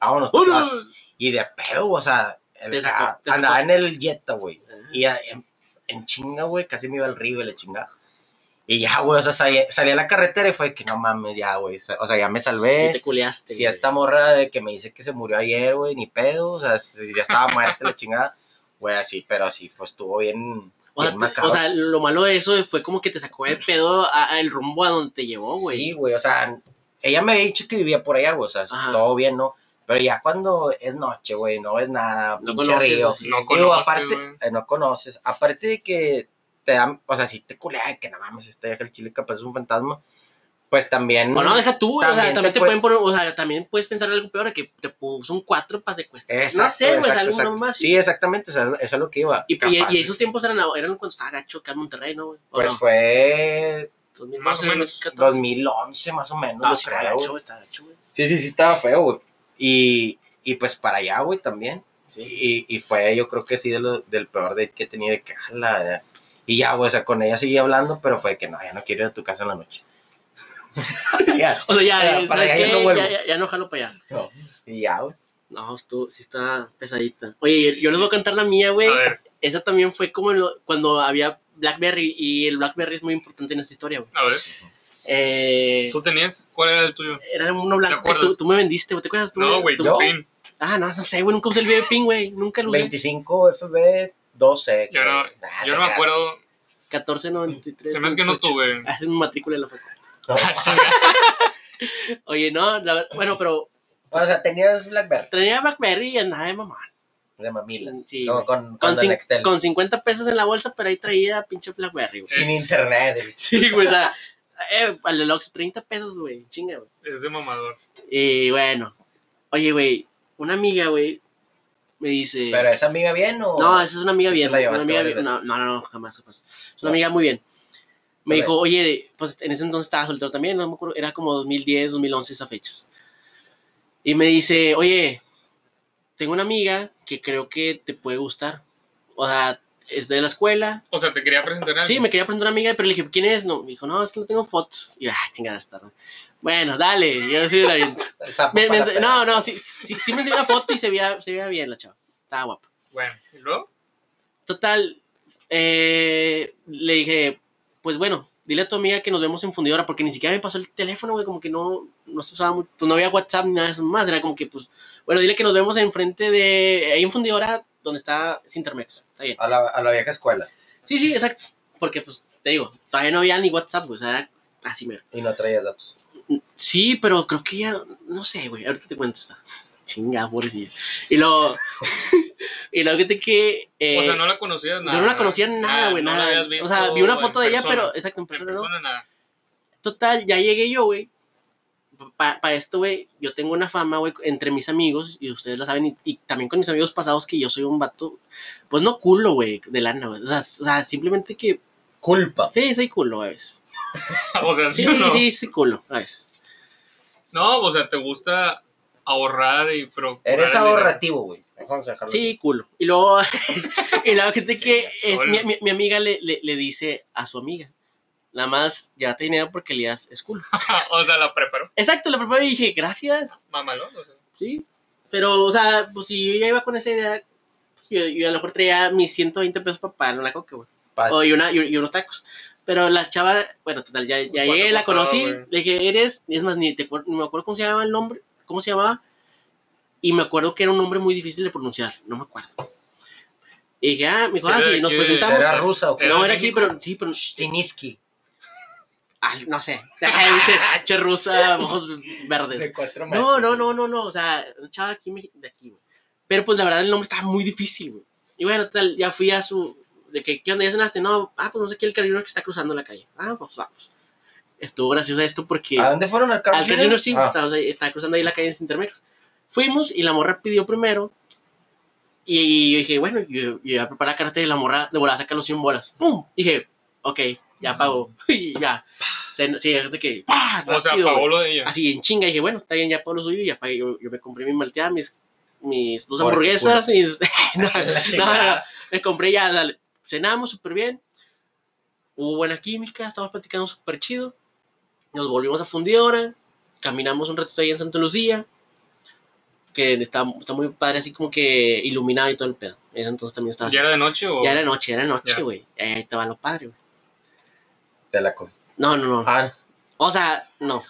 Speaker 2: Vámonos. pa'
Speaker 1: ¡Uno!
Speaker 2: atrás. Y de pedo, o sea, el
Speaker 1: Te
Speaker 2: ca-
Speaker 1: sacó, te
Speaker 2: andaba
Speaker 1: sacó.
Speaker 2: en el Jetta, güey.
Speaker 1: Ajá.
Speaker 2: Y a- en, en chinga, güey, casi me iba al río y la chingada. Y ya, güey, o sea, salí, salí a la carretera y fue que no mames, ya, güey. sa- O sea, ya me salvé.
Speaker 1: Sí, te culeaste.
Speaker 2: Si
Speaker 1: güey.
Speaker 2: esta morra de que me dice que se murió ayer, güey, ni pedo, o sea, si ya estaba muerta la chingada, güey, así, pero así, fue, estuvo bien,
Speaker 1: O sea,
Speaker 2: bien
Speaker 1: te-
Speaker 2: macabro.
Speaker 1: o sea, lo malo de eso fue como que te sacó de pedo a- a el rumbo a donde te llevó, güey.
Speaker 2: Sí, güey, o sea, ella me había dicho que vivía por allá, güey, o sea,
Speaker 1: Ajá.
Speaker 2: todo bien, ¿no? Pero ya cuando es noche, güey, no ves nada,
Speaker 1: no
Speaker 2: pinche
Speaker 1: conoces.
Speaker 2: río.
Speaker 1: o sea,
Speaker 3: No
Speaker 2: Digo,
Speaker 3: conoce,
Speaker 2: aparte,
Speaker 3: güey.
Speaker 2: eh, no conoces, aparte de que te dan, o sea, si te culea que no mames, este deja el chile capaz es un fantasma, pues también...
Speaker 1: O no, deja tú, güey, o sea,
Speaker 2: También te
Speaker 1: también, te,
Speaker 2: puede-
Speaker 1: pueden poner, o sea, también puedes pensar algo peor, que te puso un 4 para secuestrar. no
Speaker 2: Exacto,
Speaker 1: sé, güey, o sea,
Speaker 2: exacto,
Speaker 1: algo
Speaker 2: exacto.
Speaker 1: más.
Speaker 2: Sí, exactamente, o sea, eso es lo que iba.
Speaker 1: Y, y-
Speaker 2: capaz.
Speaker 1: y esos tiempos eran, eran cuando estaba gacho acá en Monterrey, ¿no? güey? ¿O
Speaker 2: Pues
Speaker 1: no?
Speaker 2: fue
Speaker 1: 2012,
Speaker 3: más o menos,
Speaker 1: 2014.
Speaker 2: 2011 más o menos.
Speaker 1: No,
Speaker 2: yo
Speaker 1: Ah, sí, está
Speaker 2: creo,
Speaker 1: gacho,
Speaker 2: güey.
Speaker 1: güey, está gacho, güey.
Speaker 2: sí, sí, sí, estaba feo, güey. Y, y pues para allá, güey, también.
Speaker 1: Sí.
Speaker 2: Y, y fue, yo creo que sí, de lo- del peor de que he tenido de que "A la de-". Y ya, güey, o sea, con ella seguí hablando, pero fue que no, ya no quiero ir a tu casa en la noche. ya,
Speaker 1: O sea,
Speaker 2: O sea,
Speaker 1: ya,
Speaker 2: para
Speaker 1: ¿sabes
Speaker 2: allá ya
Speaker 1: qué?
Speaker 2: no
Speaker 1: Ya,
Speaker 2: vuelvo.
Speaker 1: ya, ya no jalo para allá.
Speaker 2: no. Y ya, güey.
Speaker 1: No, estuvo, sí está pesadita. Oye, yo, yo les voy a contar la mía, güey.
Speaker 3: A ver,
Speaker 1: Esa también fue como en lo- cuando había Blackberry y el Blackberry es muy importante en esta historia, güey.
Speaker 3: a ver.
Speaker 1: Eh,
Speaker 3: ¿Tú tenías? ¿Cuál era el tuyo?
Speaker 1: era uno blanco que
Speaker 3: acuerdas?
Speaker 1: tú, tú me vendiste, güey. ¿Te acuerdas? Tú
Speaker 3: No,
Speaker 1: me-
Speaker 3: güey,
Speaker 1: tú-
Speaker 2: ¿Yo?
Speaker 3: tu pin.
Speaker 1: Ah, no, no sé, güey. Nunca usé el video ping, güey. Nunca lo usé.
Speaker 2: 25 FB 12.
Speaker 3: Yo no-
Speaker 2: creo.
Speaker 1: Ah,
Speaker 2: Nah,
Speaker 3: Yo
Speaker 2: te
Speaker 3: no me
Speaker 2: creas.
Speaker 3: acuerdo.
Speaker 1: 1493.
Speaker 3: Se me hace que no
Speaker 1: 38.
Speaker 3: tuve.
Speaker 1: Ah, es mi matrícula en la facu.
Speaker 2: No.
Speaker 3: Ah, chinga.
Speaker 1: Oye, no, la ver- bueno, pero
Speaker 2: O sea, tenías Blackberry
Speaker 1: Traía BlackBerry y andaba de mamá.
Speaker 2: de mamilas.
Speaker 1: Sí, sí,
Speaker 2: Como
Speaker 1: güey.
Speaker 2: con, con,
Speaker 1: Con,
Speaker 2: la
Speaker 1: cin-
Speaker 2: Nextel.
Speaker 1: con 50 pesos en la bolsa, pero ahí traía pinche BlackBerry, güey.
Speaker 2: Sin internet.
Speaker 1: Sí, güey, o sea, eh, al Deluxe, 30 pesos, güey, chinga, güey.
Speaker 3: Es de mamador.
Speaker 1: Y bueno, oye, güey, una amiga, güey, me dice...
Speaker 2: Pero esa amiga bien o.
Speaker 1: No, esa es una amiga
Speaker 2: Sí te
Speaker 1: bien.
Speaker 2: la
Speaker 1: una
Speaker 2: llevaste
Speaker 1: amiga
Speaker 2: varias
Speaker 1: bien. No,
Speaker 2: veces.
Speaker 1: no, no, jamás, jamás. Es una
Speaker 2: No.
Speaker 1: amiga muy bien. Me
Speaker 2: A
Speaker 1: dijo, oye, pues en ese entonces estaba soltero también, no me acuerdo, era como 2010, 2011, esas fechas. Y me dice, oye, tengo una amiga que creo que te puede gustar. O sea, es de la escuela.
Speaker 3: O sea, te quería presentar a
Speaker 1: Sí,
Speaker 3: alguien.
Speaker 1: me quería presentar a una amiga, pero le dije, ¿quién es? No, me dijo, no, es que no tengo fotos. Y yo, ah, chingada, está. ¿no? Bueno, dale, yo sí la aviento.
Speaker 2: El sapo
Speaker 1: Me- me
Speaker 2: para
Speaker 1: ense-
Speaker 2: la
Speaker 1: no, no, sí, sí, sí me enseñó una foto y se veía, se veía bien la chava. Estaba guapa.
Speaker 3: Bueno, ¿y luego?
Speaker 1: Total, eh, le dije, pues bueno, dile a tu amiga que nos vemos en fundidora, porque ni siquiera me pasó el teléfono, güey, como que no, no se usaba mucho, pues no había WhatsApp ni nada de eso más, era como que, pues, bueno, dile que nos vemos enfrente de, ahí en fundidora, donde está Cintermex, está bien.
Speaker 2: A la, a la vieja escuela.
Speaker 1: Sí, sí, exacto, porque, pues, te digo, todavía no había ni WhatsApp, güey, o sea, era así mero.
Speaker 2: Y no traías datos.
Speaker 1: Sí, pero creo que ya, no sé, güey, ahorita te cuento esta. Chinga, pobrecilla. Y luego, y luego que te que... eh,
Speaker 3: o sea, no la conocías nada.
Speaker 1: yo no la conocía nada, güey,
Speaker 3: no la
Speaker 1: nada.
Speaker 3: habías visto
Speaker 1: o sea, vi una
Speaker 3: en
Speaker 1: foto de ella,
Speaker 3: persona.
Speaker 1: pero exacto, en
Speaker 3: En
Speaker 1: persona,
Speaker 3: persona nada.
Speaker 1: no. Total, ya llegué yo, güey. Para esto, güey, yo tengo una fama, güey, entre mis amigos, y ustedes la saben, y, y también con mis amigos pasados, que yo soy un vato, pues no culo, güey, de lana, güey. O sea, s- o sea, simplemente que,
Speaker 2: Culpa.
Speaker 1: sí, soy culo a veces.
Speaker 3: O sea, sí,
Speaker 1: Sí,
Speaker 3: o no.
Speaker 1: sí, soy culo ah, a veces.
Speaker 3: No, o sea, te gusta ahorrar y procurar.
Speaker 2: Eres
Speaker 3: el dinero.
Speaker 2: ahorrativo, güey. Vamos a dejarlo así.
Speaker 1: Sí, culo. Y luego, y la gente que es,
Speaker 3: Solo.
Speaker 1: mi, mi- mi amiga le, le, le dice a su amiga, nada más, ya te dinero porque Elías es culo.
Speaker 3: o sea, la preparó.
Speaker 1: Exacto, la preparé y dije, gracias.
Speaker 3: Mámalo. O sea.
Speaker 1: Sí. Pero, o sea, pues si yo ya iba con esa idea, pues, yo, yo a lo mejor traía mis 120 pesos para pagar una coca, güey.
Speaker 2: Pa-
Speaker 1: O y, una, y, y unos tacos. Pero la chava, bueno, total, ya, ya
Speaker 3: ¿cuánto
Speaker 1: llegué, la
Speaker 3: costaba,
Speaker 1: conocí,
Speaker 3: güey?
Speaker 1: le dije, eres, es más, ni, te, acuer- ni me acuerdo cómo se llamaba el nombre, cómo se llamaba, y me acuerdo que era un nombre muy difícil de pronunciar, no me acuerdo. Y dije, ah, me dijo,
Speaker 3: Sí,
Speaker 1: ah,
Speaker 3: era
Speaker 1: sí,
Speaker 3: de
Speaker 1: nos
Speaker 3: aquí de-
Speaker 1: presentamos.
Speaker 2: Era rusa o qué?
Speaker 3: Era
Speaker 1: no,
Speaker 3: de
Speaker 1: era aquí,
Speaker 3: México.
Speaker 1: pero sí, pero
Speaker 2: Stiniski.
Speaker 1: ah, no sé. Che- che rusa, ojos verdes.
Speaker 2: De cuatro
Speaker 1: No, no, no, no, no. O sea, un chavo de aquí, me- de aquí, güey. Pero pues la verdad el nombre estaba muy difícil, güey. Y bueno, tal, ya fui a su. De que, ¿qué onda? ¿Ya cenaste? No, ah, pues no sé qué, el carabinero que está cruzando la calle. Ah, pues vamos. Estuvo gracioso esto porque.
Speaker 3: Ah,
Speaker 2: ¿A dónde fueron al Carl
Speaker 1: al carabinero
Speaker 2: Jr.?
Speaker 1: sí,
Speaker 2: Ah,
Speaker 1: estaba, estaba cruzando ahí la calle en Cintermex. Fuimos y la morra pidió primero. Y yo dije, bueno, yo, yo voy a preparar la carta y la morra de volada saca los 100 bolas. ¡Pum! dije, ok, ya pagó. Y ya. Se, sí, de que. ¡pah!
Speaker 3: O sea,
Speaker 1: Rápido, güey.
Speaker 3: pagó lo de ella.
Speaker 1: Así en chinga dije, bueno, está bien, ya Pablo suyo y ya pagué. Yo, yo me compré mi malteada, mis, mis dos
Speaker 2: Porque
Speaker 1: hamburguesas, mis- no,
Speaker 2: la
Speaker 1: no, no,
Speaker 2: chingada.
Speaker 1: me compré ya, la- cenamos súper bien. Hubo buena química, estábamos platicando súper chido. Nos volvimos a Fundidora, caminamos un ratito ahí en Santa Lucía, que está, está muy padre, así como que iluminado y todo el pedo. En ese entonces también estaba así.
Speaker 3: ¿Ya era de noche o.?
Speaker 1: Ah, Ya era noche, era
Speaker 3: Ya.
Speaker 1: noche, güey. Ahí te va lo padre, güey.
Speaker 2: Te la cogí.
Speaker 1: No, no, no.
Speaker 2: Ah,
Speaker 1: O sea, no.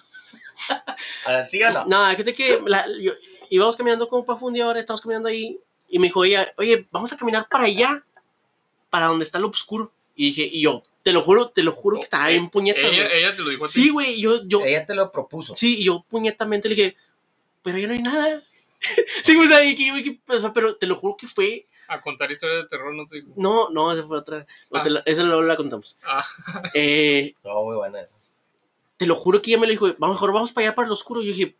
Speaker 2: ¿así o no?
Speaker 1: No, fíjate que la- yo- íbamos caminando como para fundidora, estábamos caminando ahí, y me dijo ella, oye, vamos a caminar para allá, para donde está lo oscuro. Y dije, y yo, te lo juro, te lo juro que estaba
Speaker 3: Eh,
Speaker 1: bien puñeta,
Speaker 3: Ella,
Speaker 1: güey.
Speaker 3: ella te lo dijo a ti.
Speaker 1: Sí, güey, y yo,
Speaker 3: Eh.
Speaker 1: yo,
Speaker 2: Ella te lo propuso.
Speaker 1: sí, y yo puñetamente le dije, pero ya no hay nada. sí, güey, o sea, y que- y que- o sea, pero te lo juro que fue,
Speaker 3: A contar historias de terror no te dijo.
Speaker 1: no, no, esa fue otra, no,
Speaker 3: Ah.
Speaker 1: te la- esa luego la contamos.
Speaker 3: Ah.
Speaker 1: Eh,
Speaker 2: No, muy buena esa.
Speaker 1: te lo juro que ella me lo dijo, vamos, mejor vamos para allá, para lo oscuro. Y yo dije,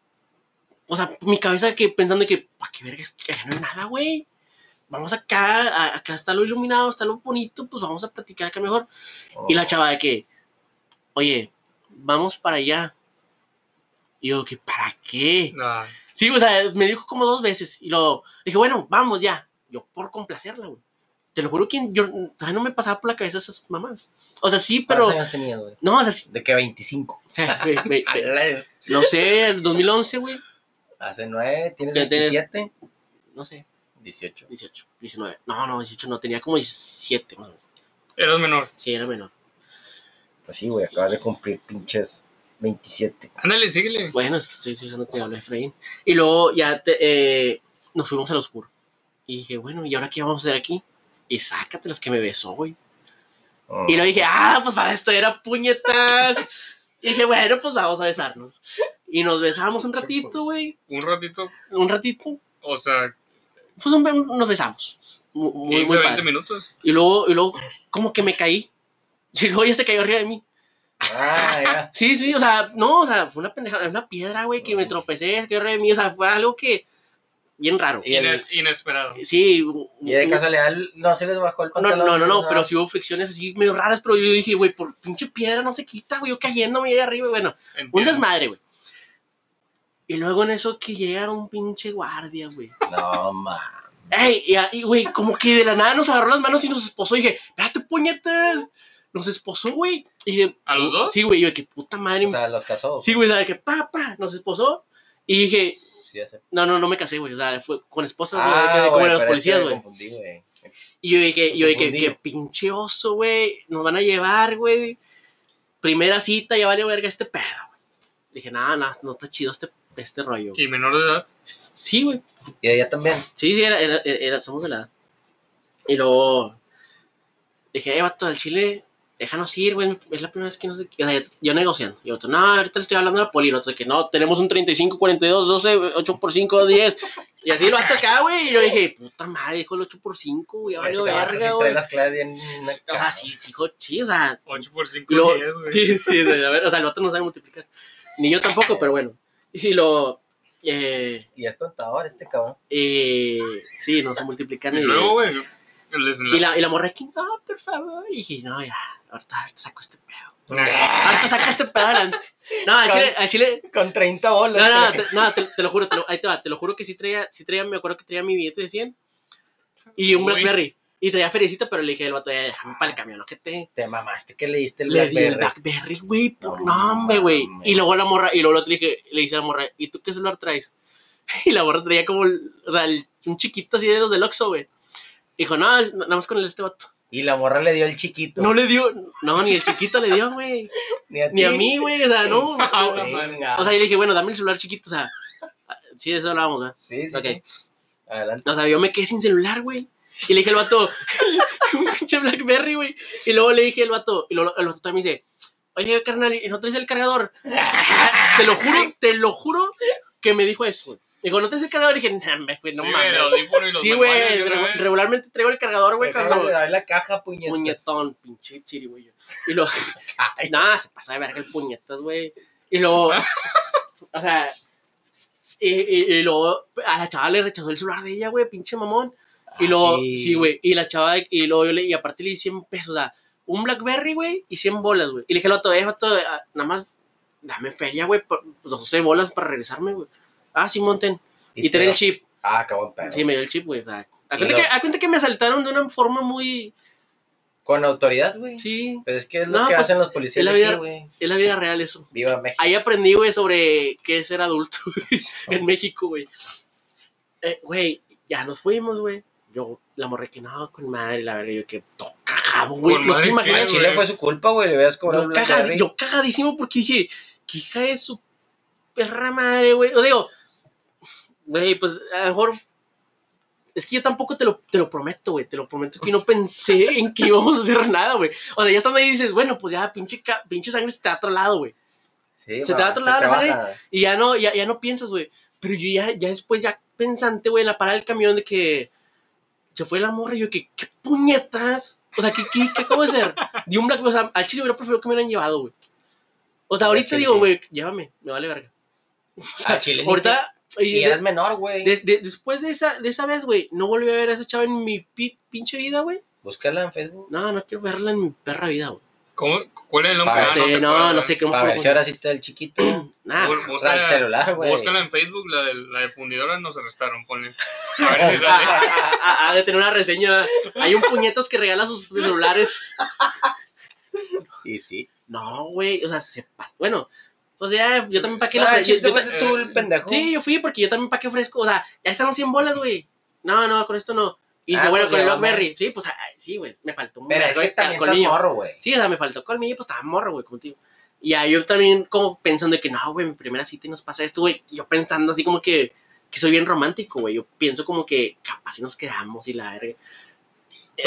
Speaker 1: o sea, mi cabeza que pensando que, ¿para qué verga? Que allá no hay nada, güey. Vamos acá, a- acá está lo iluminado, está lo bonito, pues vamos a platicar acá mejor. Y la chava de que, oye, vamos para allá. Y yo, que ¿para qué?
Speaker 3: Nah.
Speaker 1: Sí, o sea, me dijo como dos veces. Y luego dije, bueno, vamos ya. Yo, por complacerla, güey. Te lo juro que yo todavía no me pasaba por la cabeza esas mamás. O sea, sí, pero.
Speaker 2: ¿Cuántos años tenías, güey?
Speaker 1: No, o sea, sí.
Speaker 2: ¿De qué? 25.
Speaker 1: Güey, güey,
Speaker 2: A
Speaker 1: güey.
Speaker 2: la-
Speaker 1: No sé, el 2011, güey.
Speaker 2: Hace 9, tienes
Speaker 1: Ya tienes-
Speaker 2: 27.
Speaker 1: No sé,
Speaker 2: 18.
Speaker 1: 18, 19. No, no, 18 no, tenía como 17. más o menos.
Speaker 3: Eras menor.
Speaker 1: Sí, era menor.
Speaker 2: Pues sí, güey, acabas de cumplir pinches 27.
Speaker 3: Ándale, síguele.
Speaker 1: Bueno, es que estoy diciendo que habló Efraín. Y luego ya te- eh, nos fuimos al oscuro. Y dije, bueno, ¿y ahora qué vamos a hacer aquí? Y sácate las que me besó, güey.
Speaker 2: Mm.
Speaker 1: Y luego dije, ah, pues para esto era puñetas. Y dije, bueno, pues vamos a besarnos. Y nos besamos un ratito, güey.
Speaker 3: Un ratito,
Speaker 1: Un ratito.
Speaker 3: o sea,
Speaker 1: Pues un- un- nos besamos. Mu- Muy,
Speaker 3: 15,
Speaker 1: muy
Speaker 3: 20
Speaker 1: padre.
Speaker 3: minutos.
Speaker 1: Y luego, y luego, como que me caí. Y luego ella se cayó arriba de mí.
Speaker 2: Ah, ya.
Speaker 1: Sí, sí, o sea, no, o sea, fue una pendejada, una piedra, güey, que me tropecé, se cayó arriba de mí. O sea, fue algo que. Bien raro.
Speaker 2: Y el-
Speaker 3: Ines- inesperado.
Speaker 1: Sí. un-
Speaker 2: Y de
Speaker 1: un-
Speaker 2: casualidad no se les bajó el
Speaker 1: No,
Speaker 2: pantalón.
Speaker 1: no, no, no,
Speaker 2: ¿verdad?
Speaker 1: pero sí hubo fricciones así medio raras, pero yo dije, güey, por pinche piedra no se quita, güey, yo cayéndome ahí de arriba, y bueno, un
Speaker 3: Entiendo.
Speaker 1: desmadre, güey. Y luego en eso que llega un pinche guardia, güey.
Speaker 2: No, ma.
Speaker 1: Ey, y a- y, güey, como que de la nada nos agarró las manos y nos esposó, y dije, espérate, puñetas, nos esposó, güey. Y dije,
Speaker 3: ¿A los dos?
Speaker 1: Sí, güey, yo, que puta madre.
Speaker 2: O sea, los casó.
Speaker 1: sí, güey, o sea, que pa, pa, nos esposó, y dije,
Speaker 2: Sí, ya sé.
Speaker 1: no, no, no me casé, güey, o sea, fue con esposas, güey,
Speaker 2: Ah,
Speaker 1: como
Speaker 2: güey,
Speaker 1: de los
Speaker 2: pero es que
Speaker 1: policías,
Speaker 2: me
Speaker 1: güey.
Speaker 2: confundí, güey.
Speaker 1: Y yo dije, yo dije,
Speaker 2: Confundido.
Speaker 1: qué pinche oso, güey. Nos van a llevar, güey. Primera cita, ya vale verga este pedo, güey. Dije, nada, nada, no está chido este, este rollo. güey".
Speaker 3: Y menor de edad.
Speaker 1: Sí, güey.
Speaker 2: Y ella también.
Speaker 1: Sí, sí, era, era, era- somos de la edad. Y luego dije, eh, vato, al chile, déjanos ir, güey. Es la primera vez que no sé qué. O sea, yo- yo negociando. Y otro, no, ahorita le estoy hablando a la poli. Y el otro, de que no, tenemos un 35, 42, 12, 8 por 5, 10. Y así lo vato acá, güey. Y yo dije, puta madre, hijo, el 8 por 5, güey, ya valió
Speaker 2: Este vato sí
Speaker 1: verga,
Speaker 2: trae
Speaker 1: güey.
Speaker 2: las claves bien
Speaker 1: O
Speaker 2: acá.
Speaker 1: sea, sí, sí, hijo, sí, o sea.
Speaker 3: 8 por 5
Speaker 1: Lo-
Speaker 3: es 10, güey.
Speaker 1: Sí, sí, de- a ver, o sea, el vato no sabe multiplicar. Ni yo tampoco, pero bueno. Y lo. Eh,
Speaker 2: Y es contador este cabrón.
Speaker 1: eh, sí, no sé multiplicar
Speaker 3: Y
Speaker 1: ni.
Speaker 3: luego, güey, el
Speaker 1: y,
Speaker 3: desenlace.
Speaker 1: la, y la morra aquí, no, por favor. Y dije, no, ya, ahorita, ahorita saco este pedo.
Speaker 3: Nah.
Speaker 1: Ahorita saco este pedo adelante. No, al chile, al chile.
Speaker 2: Con 30 bolas.
Speaker 1: No, no, te, no, te, te lo juro, te lo- ahí te va, te lo juro que sí traía, sí traía, me acuerdo que traía mi billete de 100 y un
Speaker 3: Uy.
Speaker 1: Blackberry. Y traía felicita, pero le dije al vato, ya, déjame para el camión, ojete.
Speaker 2: Te mamaste que le diste el
Speaker 1: Le di el
Speaker 2: Blackberry.
Speaker 1: Blackberry, güey. por-
Speaker 2: No
Speaker 1: No, hombre, güey.
Speaker 2: mames.
Speaker 1: Y luego la morra, y luego le dije, le dice a la morra, ¿y tú qué celular traes? Y la morra traía como, el- o sea, el- un chiquito así de los del Oxxo, güey. Dijo, no, el- nada más con el de este vato.
Speaker 2: Y la morra le dio el chiquito.
Speaker 1: No le dio, no, ni el chiquito le dio, güey. Ni a
Speaker 2: ti.
Speaker 1: mí, güey, o sea, no.
Speaker 3: Ah,
Speaker 2: Chinga.
Speaker 1: O sea, yo le dije, bueno, dame el celular chiquito, o sea, sí, de eso hablábamos, ¿verdad?
Speaker 2: sí, sí,
Speaker 1: Ok.
Speaker 2: sí. Adelante.
Speaker 1: O sea, yo me quedé sin celular, güey. Y le dije al vato, un pinche Blackberry, güey. Y luego le dije al vato, y luego el vato también dice, oye, carnal, ¿y no traes el cargador? te lo juro, te lo juro que me dijo eso, güey. Dijo, ¿no traes el cargador? Y dije, nah, me fui, no
Speaker 3: sí, güey, el
Speaker 1: mames.
Speaker 3: audífono y los
Speaker 1: Sí, güey,
Speaker 3: manuales de una
Speaker 1: regu-
Speaker 3: vez.
Speaker 1: regularmente traigo el cargador, Ah, güey,
Speaker 2: Déjame
Speaker 1: cuando...
Speaker 2: de dar la caja, puñetas.
Speaker 1: Puñetón, pinche chiri, güey. Y luego,
Speaker 2: Ay,
Speaker 1: nada, se pasa de verga el puñetas, güey. Y luego, o sea, y, y, y luego a la chava le rechazó el celular de ella, güey, pinche mamón. Ah, Y luego,
Speaker 2: Ah, sí.
Speaker 1: sí, güey. Y la chava, y luego yo le, y aparte le di 100 pesos, o sea, un Blackberry, güey, y 100 bolas, güey. Y le dije al vato, eh, vato, ah, nada más dame feria, güey, pa- pues 12 bolas para regresarme, güey. Ah, sí, monten. Y,
Speaker 2: te
Speaker 1: tener
Speaker 2: da-
Speaker 1: el chip.
Speaker 2: Ah, cabrón, pero.
Speaker 1: Sí, me dio el chip, güey. O sea, a
Speaker 2: Y
Speaker 1: cuenta,
Speaker 2: lo-
Speaker 1: que, a cuenta que me asaltaron de una forma muy.
Speaker 2: Con autoridad, güey.
Speaker 1: Sí,
Speaker 2: Pero es que es lo
Speaker 1: No,
Speaker 2: que
Speaker 1: pues,
Speaker 2: hacen los
Speaker 1: es
Speaker 2: policías
Speaker 1: la
Speaker 2: de
Speaker 1: vida-
Speaker 2: aquí, güey.
Speaker 1: es la vida real eso.
Speaker 2: Viva México.
Speaker 1: Ahí aprendí, güey, sobre qué es ser adulto güey, en México, güey. Eh, Güey, ya nos fuimos, güey. Yo, la morré que no, con madre, la verga, yo que to- cagado, güey.
Speaker 3: Con
Speaker 1: No te
Speaker 2: Al
Speaker 3: madre,
Speaker 1: imaginas,
Speaker 3: güey,
Speaker 2: Chile fue su culpa, güey. Le hubieras cobrado
Speaker 1: yo,
Speaker 2: el
Speaker 1: caga-
Speaker 2: Blackberry.
Speaker 1: yo cagadísimo porque dije, ¿qué hija de su perra madre, güey? O digo, güey, pues a lo mejor. Es que yo tampoco te lo, te lo prometo, güey. Te lo prometo que no pensé en que íbamos a hacer nada, güey. O sea, ya estando ahí dices, bueno, pues ya pinche, ca- pinche sangre se te ha atrolado, güey.
Speaker 2: Sí,
Speaker 1: se te va a otro
Speaker 2: se
Speaker 1: lado
Speaker 2: te
Speaker 1: la sangre.
Speaker 2: baja.
Speaker 1: Y ya no, ya, ya no piensas, güey. Pero yo ya, ya después, ya pensante, güey, en la parada del camión de que se fue la morra. Y yo, que, ¿qué puñetas? O sea, ¿qué, qué, qué acabo de hacer? De un black, o sea, al chile hubiera preferido que me hubieran llevado, güey. O sea,
Speaker 2: Al
Speaker 1: ahorita
Speaker 2: chile,
Speaker 1: digo,
Speaker 2: sí.
Speaker 1: güey, llévame, me vale verga.
Speaker 2: Al Chile. ni te-
Speaker 1: Ah, Ahorita, y
Speaker 2: Y
Speaker 1: de-
Speaker 2: eras menor, güey.
Speaker 1: de- de- después de esa, de esa vez, güey, no volví a ver a esa chava en mi pi- pinche vida, güey.
Speaker 2: Búscala en Facebook.
Speaker 1: No, no quiero verla en mi perra vida, güey.
Speaker 3: ¿Cómo? ¿Cuál es el nombre?
Speaker 2: Para
Speaker 3: Ah,
Speaker 2: no
Speaker 1: Sí,
Speaker 3: te
Speaker 1: no,
Speaker 3: acuerdas.
Speaker 1: no sé qué
Speaker 2: Para ver si ahora sí está el chiquito.
Speaker 1: Nada.
Speaker 3: Bú-
Speaker 2: O sea, el
Speaker 3: Búscala,
Speaker 2: celular, güey.
Speaker 3: búscala en Facebook, la de, la de fundidora nos arrestaron, ponle. A ver si sale.
Speaker 1: Ah, ah, ah, ah, de tener una reseña. Hay un puñetas que regala sus celulares.
Speaker 2: Y sí.
Speaker 1: No, güey, o sea, se pa- Bueno, pues ya, yo también pa' qué la
Speaker 2: Ah,
Speaker 1: fre- yo-
Speaker 2: chiste,
Speaker 1: yo ta-
Speaker 2: pues, tú el pendejo.
Speaker 1: Sí, yo fui porque yo también pa' qué fresco. O sea, ya están los 100 bolas, güey. No, no, con esto no. Y dije,
Speaker 2: Ah,
Speaker 1: bueno,
Speaker 2: pues,
Speaker 1: con el
Speaker 2: llévame.
Speaker 1: Blackberry. Sí, pues ay, sí, güey, me faltó un
Speaker 2: Pero es
Speaker 1: vergo
Speaker 2: que
Speaker 1: de
Speaker 2: también estás
Speaker 1: colmillo.
Speaker 2: morro, güey.
Speaker 1: Sí, o sea, me faltó colmillo, pues estaba morro, güey, contigo. Y ahí yo también como pensando de que no, güey, mi primera cita y nos pasa esto, güey. Y Yo pensando así como que, que soy bien romántico, güey. Yo pienso como que capaz si nos quedamos y la verga.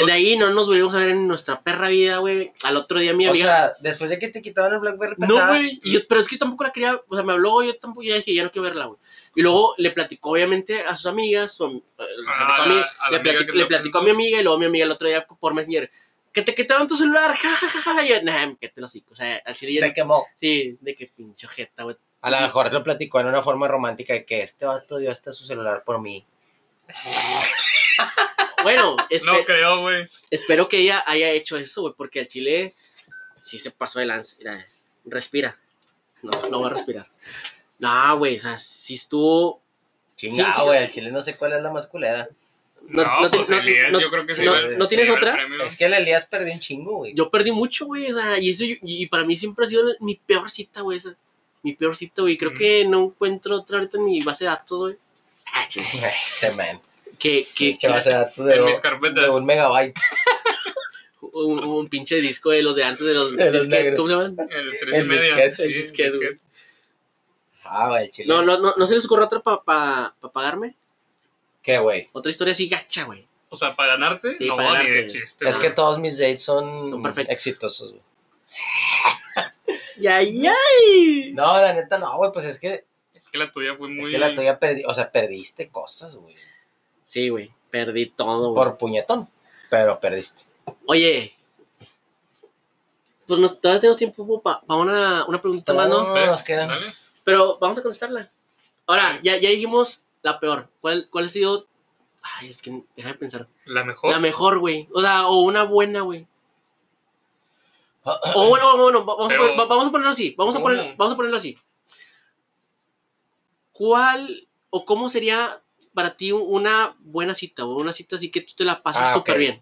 Speaker 1: De ahí no nos volvimos a ver en nuestra perra vida, güey. Al otro día mi
Speaker 2: O
Speaker 1: amiga.
Speaker 2: sea, después de que te quitaban el Blackberry,
Speaker 1: no,
Speaker 2: pensabas-
Speaker 1: güey. y yo- Pero es que tampoco la quería. O sea, me habló, yo tampoco. Ya dije, ya no quiero verla, güey. Y luego le platicó, obviamente, a sus amigas. su am- eh, le
Speaker 3: Ah,
Speaker 1: platicó a
Speaker 3: la-
Speaker 1: mí-
Speaker 3: a la
Speaker 1: le
Speaker 3: amiga
Speaker 1: platic-
Speaker 3: que te
Speaker 1: le
Speaker 3: la
Speaker 1: platicó a mi
Speaker 3: presentó.
Speaker 1: amiga. Y luego mi amiga el otro día por Messenger. Que te quitaron tu celular. Ja, ja, ja, ja. Y yo, nah, que te lo O sea, al chile yo.
Speaker 2: te quemó.
Speaker 1: Sí, de que pinche jeta, güey.
Speaker 2: A lo mejor lo platicó en una forma romántica de que este vato dio hasta su celular por mí.
Speaker 1: Bueno, espe-
Speaker 3: No creo, güey.
Speaker 1: espero que ella haya hecho eso, güey, porque al chile sí se pasó de lance. Mira, respira. No, no va a respirar. No, güey, o sea, si estuvo.
Speaker 2: Chinga,
Speaker 1: sí.
Speaker 2: güey, al chile no sé cuál es la masculera.
Speaker 1: No,
Speaker 3: No,
Speaker 1: no te-
Speaker 3: pues
Speaker 1: no-
Speaker 3: Elías,
Speaker 1: no-
Speaker 3: yo creo que sí.
Speaker 1: no-
Speaker 3: va-
Speaker 1: ¿no
Speaker 3: sí
Speaker 1: tienes
Speaker 3: va el
Speaker 1: otra?
Speaker 3: premio.
Speaker 2: Es que el Elías perdió un chingo, güey.
Speaker 1: Yo perdí mucho, güey, o sea, y eso, yo- y, y para mí siempre ha sido la- mi peor cita, güey, esa. Mi peor cita, güey. Creo
Speaker 3: Mm.
Speaker 1: que no encuentro otra ahorita en mi base de datos, güey. Ah, chile.
Speaker 2: Este man.
Speaker 1: Que, que,
Speaker 2: Pinche base de datos de
Speaker 3: En
Speaker 2: un-
Speaker 3: mis carpetas.
Speaker 2: de un megabyte.
Speaker 1: un, un pinche disco de los de antes, de los,
Speaker 2: De los
Speaker 1: disquetes,
Speaker 2: negros.
Speaker 1: ¿cómo se llaman?
Speaker 3: El 3 y
Speaker 2: El
Speaker 3: media.
Speaker 2: disquete,
Speaker 3: Sí,
Speaker 1: el disquete, güey.
Speaker 3: disquete.
Speaker 2: Ah, güey, el chile.
Speaker 1: No, no, no, no se les ocurre otra para pagarme.
Speaker 2: ¿Qué, güey?
Speaker 1: Otra historia así gacha, güey.
Speaker 3: O sea, para ganarte,
Speaker 1: Sí,
Speaker 3: no,
Speaker 1: para
Speaker 3: ni de
Speaker 1: ganarte.
Speaker 3: chiste.
Speaker 2: Es
Speaker 3: güey.
Speaker 2: que todos mis dates son,
Speaker 1: Son perfectos.
Speaker 2: exitosos, güey.
Speaker 1: ¡Ya, ya! ay!
Speaker 2: No, la neta, no, güey, pues es que,
Speaker 3: Es que la tuya fue muy.
Speaker 2: es que la tuya perdí, o sea, perdiste cosas, güey.
Speaker 1: Sí, güey. Perdí todo, güey.
Speaker 2: Por puñetón, pero perdiste.
Speaker 1: Oye. Pues nos, todavía tenemos tiempo para una, una pregunta más, ¿no?
Speaker 3: Eh,
Speaker 2: nos queda-
Speaker 3: dale.
Speaker 1: Pero vamos a contestarla. Ahora,
Speaker 3: Dale.
Speaker 1: ya, ya dijimos la peor. ¿Cuál, ¿Cuál ha sido? Ay, es que deja de pensar.
Speaker 3: La mejor.
Speaker 1: La mejor, güey. O sea, o una buena, güey. O bueno, bueno, bueno, vamos,
Speaker 3: Pero-
Speaker 1: a, poner- va- vamos a ponerlo así. Vamos a,
Speaker 3: ¿Cómo?
Speaker 1: poner, vamos a ponerlo así. ¿Cuál o cómo sería para ti una buena cita? O una cita así que tú te la pasas
Speaker 2: Ah, ok.
Speaker 1: súper bien.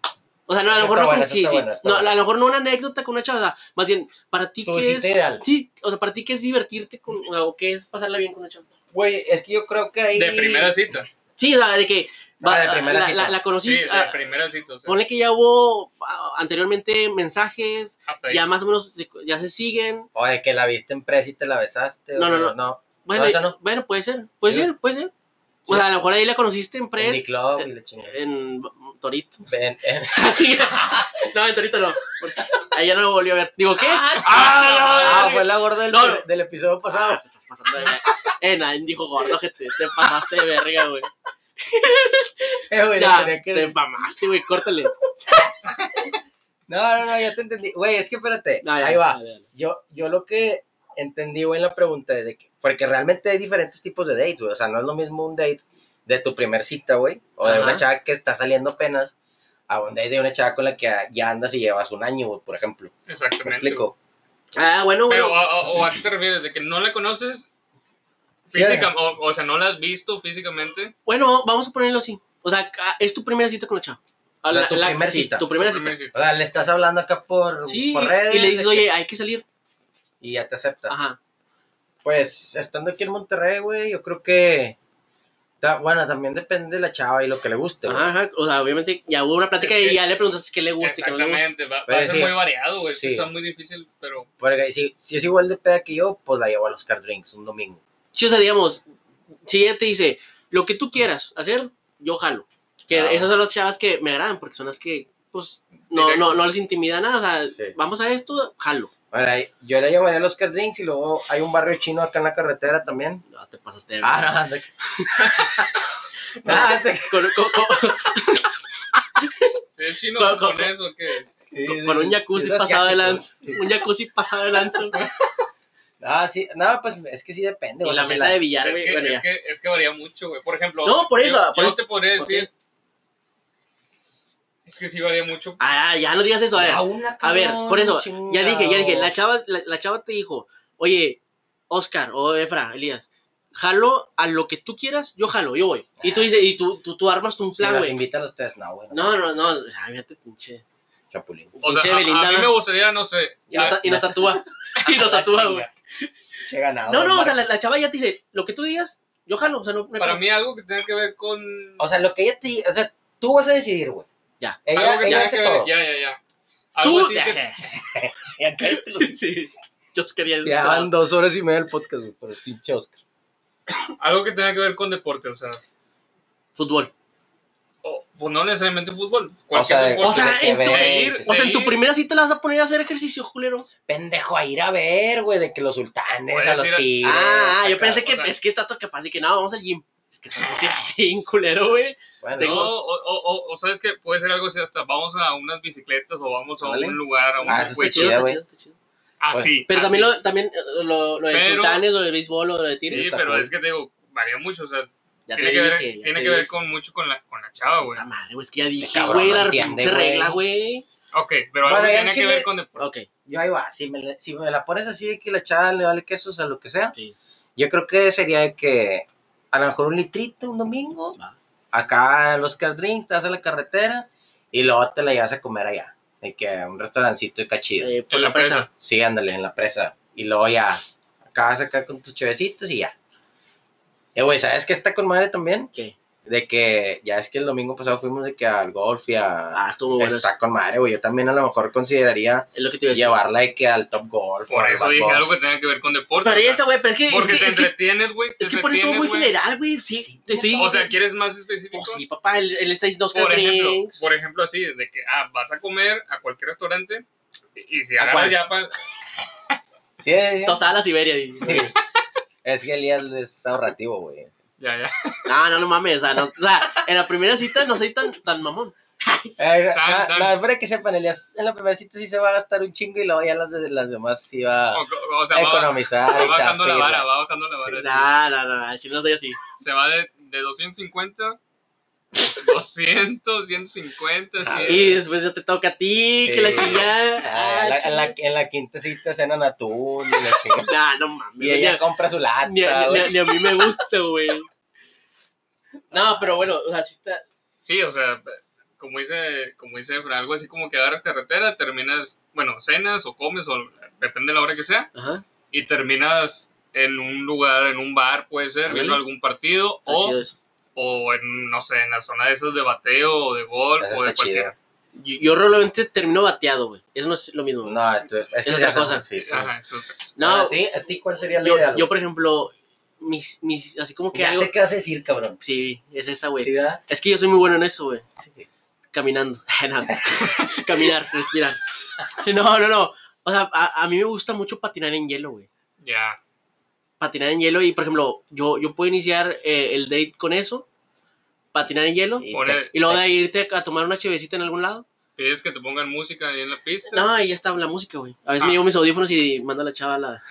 Speaker 1: O sea, no, a
Speaker 2: Esa
Speaker 1: lo mejor
Speaker 2: está
Speaker 1: no, como-
Speaker 2: buena, esa
Speaker 1: sí,
Speaker 2: está
Speaker 1: sí.
Speaker 2: buena, está
Speaker 1: No, a
Speaker 2: buena.
Speaker 1: lo mejor no una anécdota con una chava. o sea, Más bien, para ti
Speaker 2: Tu
Speaker 1: qué
Speaker 2: cita
Speaker 1: es.
Speaker 2: ideal.
Speaker 1: Sí, o sea, para ti qué es divertirte con, o qué es pasarla bien con una chava.
Speaker 2: Güey, es que yo creo que ahí...
Speaker 3: De primera cita.
Speaker 1: Sí, o sea, de que va-
Speaker 2: Ah, de primera
Speaker 1: la,
Speaker 2: cita.
Speaker 1: la- la
Speaker 3: Sí,
Speaker 1: conociste.
Speaker 3: de
Speaker 1: ah,
Speaker 3: primera cita. o sea,
Speaker 1: ponle que ya hubo ah, anteriormente mensajes,
Speaker 3: hasta ahí.
Speaker 1: ya más o menos se- ya se siguen.
Speaker 2: O de que la viste en presa y te la besaste.
Speaker 1: No,
Speaker 2: o
Speaker 1: no, no.
Speaker 2: No,
Speaker 1: Bueno,
Speaker 2: esa no.
Speaker 1: bueno, puede ser, puede
Speaker 2: Sí.
Speaker 1: ser, puede ser. O
Speaker 2: Sí.
Speaker 1: sea, a lo mejor ahí la conociste en
Speaker 2: en mi
Speaker 1: Press,
Speaker 2: club y la chingada.
Speaker 1: en Torito. Ah,
Speaker 2: Ven, en-
Speaker 1: Chinga. no, en Torito no. porque ahí ya no me volvió a ver. Digo, ¿qué?
Speaker 2: Ah,
Speaker 1: ¡Ah,
Speaker 2: fue la gorda del,
Speaker 1: No, no. Ah,
Speaker 2: del episodio pasado.
Speaker 1: Te estás pasando de verga. Eh, nadie dijo gordo, que te, te pamaste de verga, güey.
Speaker 2: Eh, güey,
Speaker 1: Ya,
Speaker 2: tenía que-
Speaker 1: te pamaste, güey, córtale.
Speaker 2: No, no, no, ya te entendí. Güey, es que espérate.
Speaker 1: No, ya,
Speaker 2: ahí va.
Speaker 1: dale, dale.
Speaker 2: Yo, yo lo que entendí, güey, en la pregunta es de que, porque realmente hay diferentes tipos de dates, güey. O sea, no es lo mismo un date de tu primer cita, güey, o de
Speaker 1: Ajá.
Speaker 2: una chava que está saliendo apenas, a un date de una chava con la que ya andas y llevas un año, güey, por ejemplo. ¿Me
Speaker 3: Exactamente. güey.
Speaker 2: explico?
Speaker 1: Ah, bueno, güey.
Speaker 3: Pero, a- a- o ¿a qué te refieres? ¿De que no la conoces?
Speaker 2: Sí,
Speaker 3: Física, o, o sea, no la has visto físicamente.
Speaker 1: Bueno, vamos a ponerlo así. O sea, ca- es tu primera cita con la chava. A
Speaker 2: La- tu primer
Speaker 1: sí,
Speaker 2: cita.
Speaker 1: Tu primera cita.
Speaker 3: Primera
Speaker 2: O sea, le estás hablando acá por,
Speaker 1: Sí,
Speaker 2: por redes.
Speaker 1: y le
Speaker 2: de
Speaker 1: dices,
Speaker 2: que-
Speaker 1: oye, hay que salir.
Speaker 2: Y ya te aceptas.
Speaker 1: Ajá.
Speaker 2: Pues estando aquí en Monterrey, güey, yo creo que. ta- Bueno, también depende de la chava y lo que le guste, güey.
Speaker 1: Ajá, ajá. O sea, obviamente ya hubo una plática
Speaker 3: Es que-
Speaker 1: y ya le preguntaste qué le gusta y qué no le gusta.
Speaker 3: Exactamente, va, va
Speaker 2: Pero
Speaker 3: a ser
Speaker 2: sí.
Speaker 3: muy variado, güey. es que
Speaker 2: Sí.
Speaker 3: Está muy difícil, pero
Speaker 2: Porque si, si es igual de peda que yo, pues la llevo a los car drinks un domingo.
Speaker 1: Sí, o sea, digamos, si ella te dice, lo que tú quieras hacer, yo jalo. Que
Speaker 2: Ah.
Speaker 1: esas son las chavas que me agradan, porque son las que, pues, no,
Speaker 3: Directo.
Speaker 1: no, no les intimida nada. O sea,
Speaker 2: Sí.
Speaker 1: vamos a esto, jalo.
Speaker 2: Ahora, yo la llevaría a los car drinks y luego hay un barrio chino acá en la carretera también.
Speaker 1: No, te pasaste. de verga.
Speaker 2: Ah, no, no. Ah, te-
Speaker 1: Con, con- con-
Speaker 3: ¿sí es chino
Speaker 1: Con- con-
Speaker 3: con eso qué es?
Speaker 1: con- con un jacuzzi
Speaker 2: Sí, es
Speaker 1: pasado de
Speaker 2: asiático.
Speaker 1: lanza. Un jacuzzi pasado de lanza. güey.
Speaker 2: Ah, sí, no, pues es que sí depende.
Speaker 1: Y
Speaker 2: güey,
Speaker 1: la
Speaker 2: o sea,
Speaker 1: mesa de billar,
Speaker 3: Es
Speaker 1: güey,
Speaker 3: que,
Speaker 1: bueno,
Speaker 3: es,
Speaker 1: ya.
Speaker 3: que, es que varía mucho, güey. Por ejemplo,
Speaker 1: No, por eso,
Speaker 3: yo,
Speaker 1: por
Speaker 3: yo
Speaker 1: eso-
Speaker 3: te podría
Speaker 1: ¿por
Speaker 3: decir, es que sí varía mucho.
Speaker 1: Ah, ya no digas eso, a ver.
Speaker 2: Ah, una,
Speaker 1: A ver,
Speaker 2: cabrón,
Speaker 1: por eso, ya dije, ya dije, la
Speaker 2: chingado.
Speaker 1: chava, la, la chava te dijo, oye, Oscar o Efra, Elías, jalo a lo que tú quieras, yo jalo, yo voy. Y tú dices, y tú, tú, tú armas tu
Speaker 2: Si
Speaker 1: plan,
Speaker 2: nos
Speaker 1: güey.
Speaker 2: invita a los tres, no, güey. no,
Speaker 1: No, no, no, o sea, mírate, pinche.
Speaker 2: Chapulín.
Speaker 3: O sea,
Speaker 1: pinche
Speaker 3: a,
Speaker 1: Belinda,
Speaker 3: a mí
Speaker 1: ¿no?
Speaker 3: me gustaría, no sé,
Speaker 1: Y nos, ta- y nos tatúa. ah. y nos tatúa, ah, güey.
Speaker 2: Che ganado.
Speaker 1: No, no, o sea,
Speaker 2: Marco.
Speaker 1: la, la chava ya te dice, lo que tú digas, yo jalo, o sea, no, no hay
Speaker 3: para
Speaker 1: pedo.
Speaker 3: mí algo que tenga que ver con...
Speaker 2: O sea, lo que ella te. O sea, tú vas a decidir, güey.
Speaker 1: Ya.
Speaker 2: Ella,
Speaker 3: algo que
Speaker 2: ella
Speaker 3: tenga
Speaker 2: hace
Speaker 3: que ver-
Speaker 2: todo.
Speaker 3: Ya, ya, ya. Algo
Speaker 1: Tú,
Speaker 3: así que-
Speaker 2: Ya, cállate los-
Speaker 1: sí, yo quería decir.
Speaker 2: Ya van dos horas y media el podcast, güey, por el pinche Oscar.
Speaker 3: algo que tenga que ver con deporte, o sea...
Speaker 1: Fútbol.
Speaker 3: o- pues no necesariamente fútbol.
Speaker 2: O
Speaker 3: Cualquier
Speaker 2: sea, de-
Speaker 3: deporte.
Speaker 1: O sea, en tu,
Speaker 2: Ey,
Speaker 1: o sea, en tu
Speaker 3: sí.
Speaker 1: primera cita la vas a poner a hacer ejercicio, culero.
Speaker 2: Pendejo, a ir a ver, güey, de que los sultanes,
Speaker 3: Puedes
Speaker 2: a los
Speaker 3: ir a-
Speaker 2: tigres.
Speaker 1: Ah, yo
Speaker 2: acá.
Speaker 1: pensé que
Speaker 3: o sea-
Speaker 1: es que está todo capaz de que no, vamos al gym. Es que estás así, así, culero, güey.
Speaker 2: Bueno,
Speaker 1: tengo-
Speaker 3: No, o, o, o- o sabes que puede ser algo así, hasta vamos a unas bicicletas o vamos a
Speaker 2: Ándale.
Speaker 3: un lugar, a un
Speaker 2: Ah,
Speaker 1: Está
Speaker 2: eso está
Speaker 3: sandwich.
Speaker 1: chido,
Speaker 2: chida,
Speaker 1: está
Speaker 2: güey.
Speaker 1: chido, está chido.
Speaker 3: Así.
Speaker 1: Pero también
Speaker 3: así.
Speaker 1: lo, también eh, lo, lo de
Speaker 3: Pero-
Speaker 1: sultanes, lo de béisbol, o lo de tigres.
Speaker 3: Sí,
Speaker 2: está
Speaker 3: pero
Speaker 2: cool.
Speaker 3: es que te digo, varía mucho, o sea,
Speaker 1: ya
Speaker 3: tiene
Speaker 1: te dije,
Speaker 3: que ver,
Speaker 1: ya
Speaker 3: tiene
Speaker 1: te
Speaker 3: que ver
Speaker 1: dije.
Speaker 3: con mucho con la, con la chava, güey.
Speaker 1: Puta madre, güey, es que ya
Speaker 2: Este
Speaker 1: dije,
Speaker 2: cabrón
Speaker 1: güey,
Speaker 2: no
Speaker 1: la
Speaker 2: entiende,
Speaker 1: pinche
Speaker 2: güey.
Speaker 1: regla, güey.
Speaker 3: Ok, pero algo
Speaker 2: Bueno,
Speaker 3: que
Speaker 2: ya
Speaker 3: tiene que
Speaker 2: Chile-
Speaker 3: ver con deporte.
Speaker 1: Ok,
Speaker 2: yo ahí va, si me, la- si me la pones así de que la chava le vale quesos a lo que sea,
Speaker 1: sí.
Speaker 2: yo creo que sería de que a lo mejor un litrito un domingo,
Speaker 1: Va.
Speaker 2: acá los car drinks, te vas a la carretera y luego te la llevas a comer allá, de que a un restaurancito de cachido.
Speaker 1: Eh, por
Speaker 3: En la
Speaker 1: la presa.
Speaker 3: presa.
Speaker 2: Sí, ándale, en la presa. Y luego ya, acá vas acá con tus chevecitos y ya. Eh, güey, ¿sabes qué está con madre también?
Speaker 1: ¿Qué?
Speaker 2: De que ya es que el domingo pasado fuimos de que al golf y a...
Speaker 1: Ah, estuvo muy bueno.
Speaker 2: está con madre, güey. Yo también a lo mejor consideraría
Speaker 1: Es lo que te iba a decir.
Speaker 2: llevarla de que al top golf. o
Speaker 3: Por
Speaker 2: al
Speaker 3: eso
Speaker 2: Bad
Speaker 3: dije
Speaker 2: Box.
Speaker 3: algo que tenga que ver con deporte.
Speaker 1: Pero
Speaker 3: o sea,
Speaker 1: esa, güey, pero es que.
Speaker 3: porque
Speaker 1: es que,
Speaker 3: te
Speaker 1: es que,
Speaker 3: entretienes, güey. te
Speaker 1: es que por esto
Speaker 3: entretienes,
Speaker 1: muy
Speaker 3: güey.
Speaker 1: general, güey. Sí, te estoy.
Speaker 3: O sea, ¿quieres más específico?
Speaker 1: Pues sí, papá, él, él está diciendo Oscar
Speaker 3: por ejemplo,
Speaker 1: Drinks.
Speaker 3: por ejemplo, así, de que ah, vas a comer a cualquier restaurante y, y si
Speaker 2: ¿A
Speaker 3: agarras
Speaker 2: cuál?
Speaker 3: ya para...
Speaker 2: Sí, sí, sí.
Speaker 1: Tostada a la Siberia. y-
Speaker 2: Es que Elías es ahorrativo, güey. Eh,
Speaker 3: Ya, ya.
Speaker 1: No, no, no mames. O sea, no, o sea, en la primera cita no soy tan, tan mamón.
Speaker 2: Eh,
Speaker 3: Tan,
Speaker 2: no,
Speaker 3: tan.
Speaker 2: no, espera que sepan, Elías, en la primera cita sí se va a gastar un chingo y luego ya las, de- las demás sí va
Speaker 3: O,
Speaker 2: a
Speaker 3: o sea,
Speaker 1: Eh,
Speaker 3: va,
Speaker 2: economizar.
Speaker 3: va
Speaker 2: y
Speaker 3: bajando la
Speaker 2: tapir,
Speaker 3: vara,
Speaker 2: güey.
Speaker 3: va bajando la vara.
Speaker 2: Sí.
Speaker 3: así.
Speaker 1: No, no, no, al chile no soy así.
Speaker 3: Se va de, de 250, 200, 150,
Speaker 2: Ah,
Speaker 3: 100.
Speaker 1: Y después ya te toca a ti, que la
Speaker 2: Sí.
Speaker 1: chingada.
Speaker 2: Ah, en,
Speaker 1: Ah,
Speaker 2: la, en, la, en la quinta cita cenan atún y la chingada.
Speaker 1: chingada. No, no mames.
Speaker 2: Y ella compra su lata,
Speaker 1: Ni a, ni
Speaker 2: güey.
Speaker 1: a- ni a mí me gusta, güey. No, pero bueno, o sea, sí está.
Speaker 3: Sí, o sea, como dice, como dice Efra, algo así como que agarras carretera, terminas, bueno, cenas o comes, o depende de la hora que sea,
Speaker 1: Ajá.
Speaker 3: y terminas en un lugar, en un bar, puede ser,
Speaker 1: Ándale.
Speaker 3: viendo algún partido,
Speaker 1: Está chido
Speaker 3: o,
Speaker 1: eso.
Speaker 3: o en, no sé, en la zona de esas de bateo, o de golf,
Speaker 2: Eso
Speaker 3: o de
Speaker 2: está chido.
Speaker 3: cualquier.
Speaker 1: Yo, yo realmente termino bateado, güey. Eso no es lo mismo. güey.
Speaker 2: No, esto, es, que
Speaker 1: otra
Speaker 2: ya son-
Speaker 1: cosa.
Speaker 2: sí, sí.
Speaker 3: Ajá, eso es otra cosa.
Speaker 1: No,
Speaker 2: ¿A, ti, ¿A ti cuál sería la
Speaker 1: yo,
Speaker 2: idea?
Speaker 1: yo, por ejemplo, mis, mis, así como que
Speaker 2: ya
Speaker 1: algo.
Speaker 2: sé qué vas a decir, cabrón.
Speaker 1: Sí, es esa, güey.
Speaker 2: Sí, ¿verdad?
Speaker 1: Es que yo soy muy bueno en eso, güey.
Speaker 2: Sí.
Speaker 1: Caminando. No. Caminar, respirar. No, no, no. O sea, a, a mí me gusta mucho patinar en hielo, güey.
Speaker 3: Ya.
Speaker 1: Patinar en hielo y, por ejemplo, yo, yo puedo iniciar eh, el date con eso. Patinar en hielo.
Speaker 2: Y
Speaker 3: Pone-
Speaker 2: te-
Speaker 1: Y luego de ahí irte a tomar una chevecita en algún lado.
Speaker 3: ¿Pides que te pongan música ahí en la pista?
Speaker 1: No, y ya está la música, güey. A veces
Speaker 3: Ah.
Speaker 1: me llevo mis audífonos y mando a la chava a la.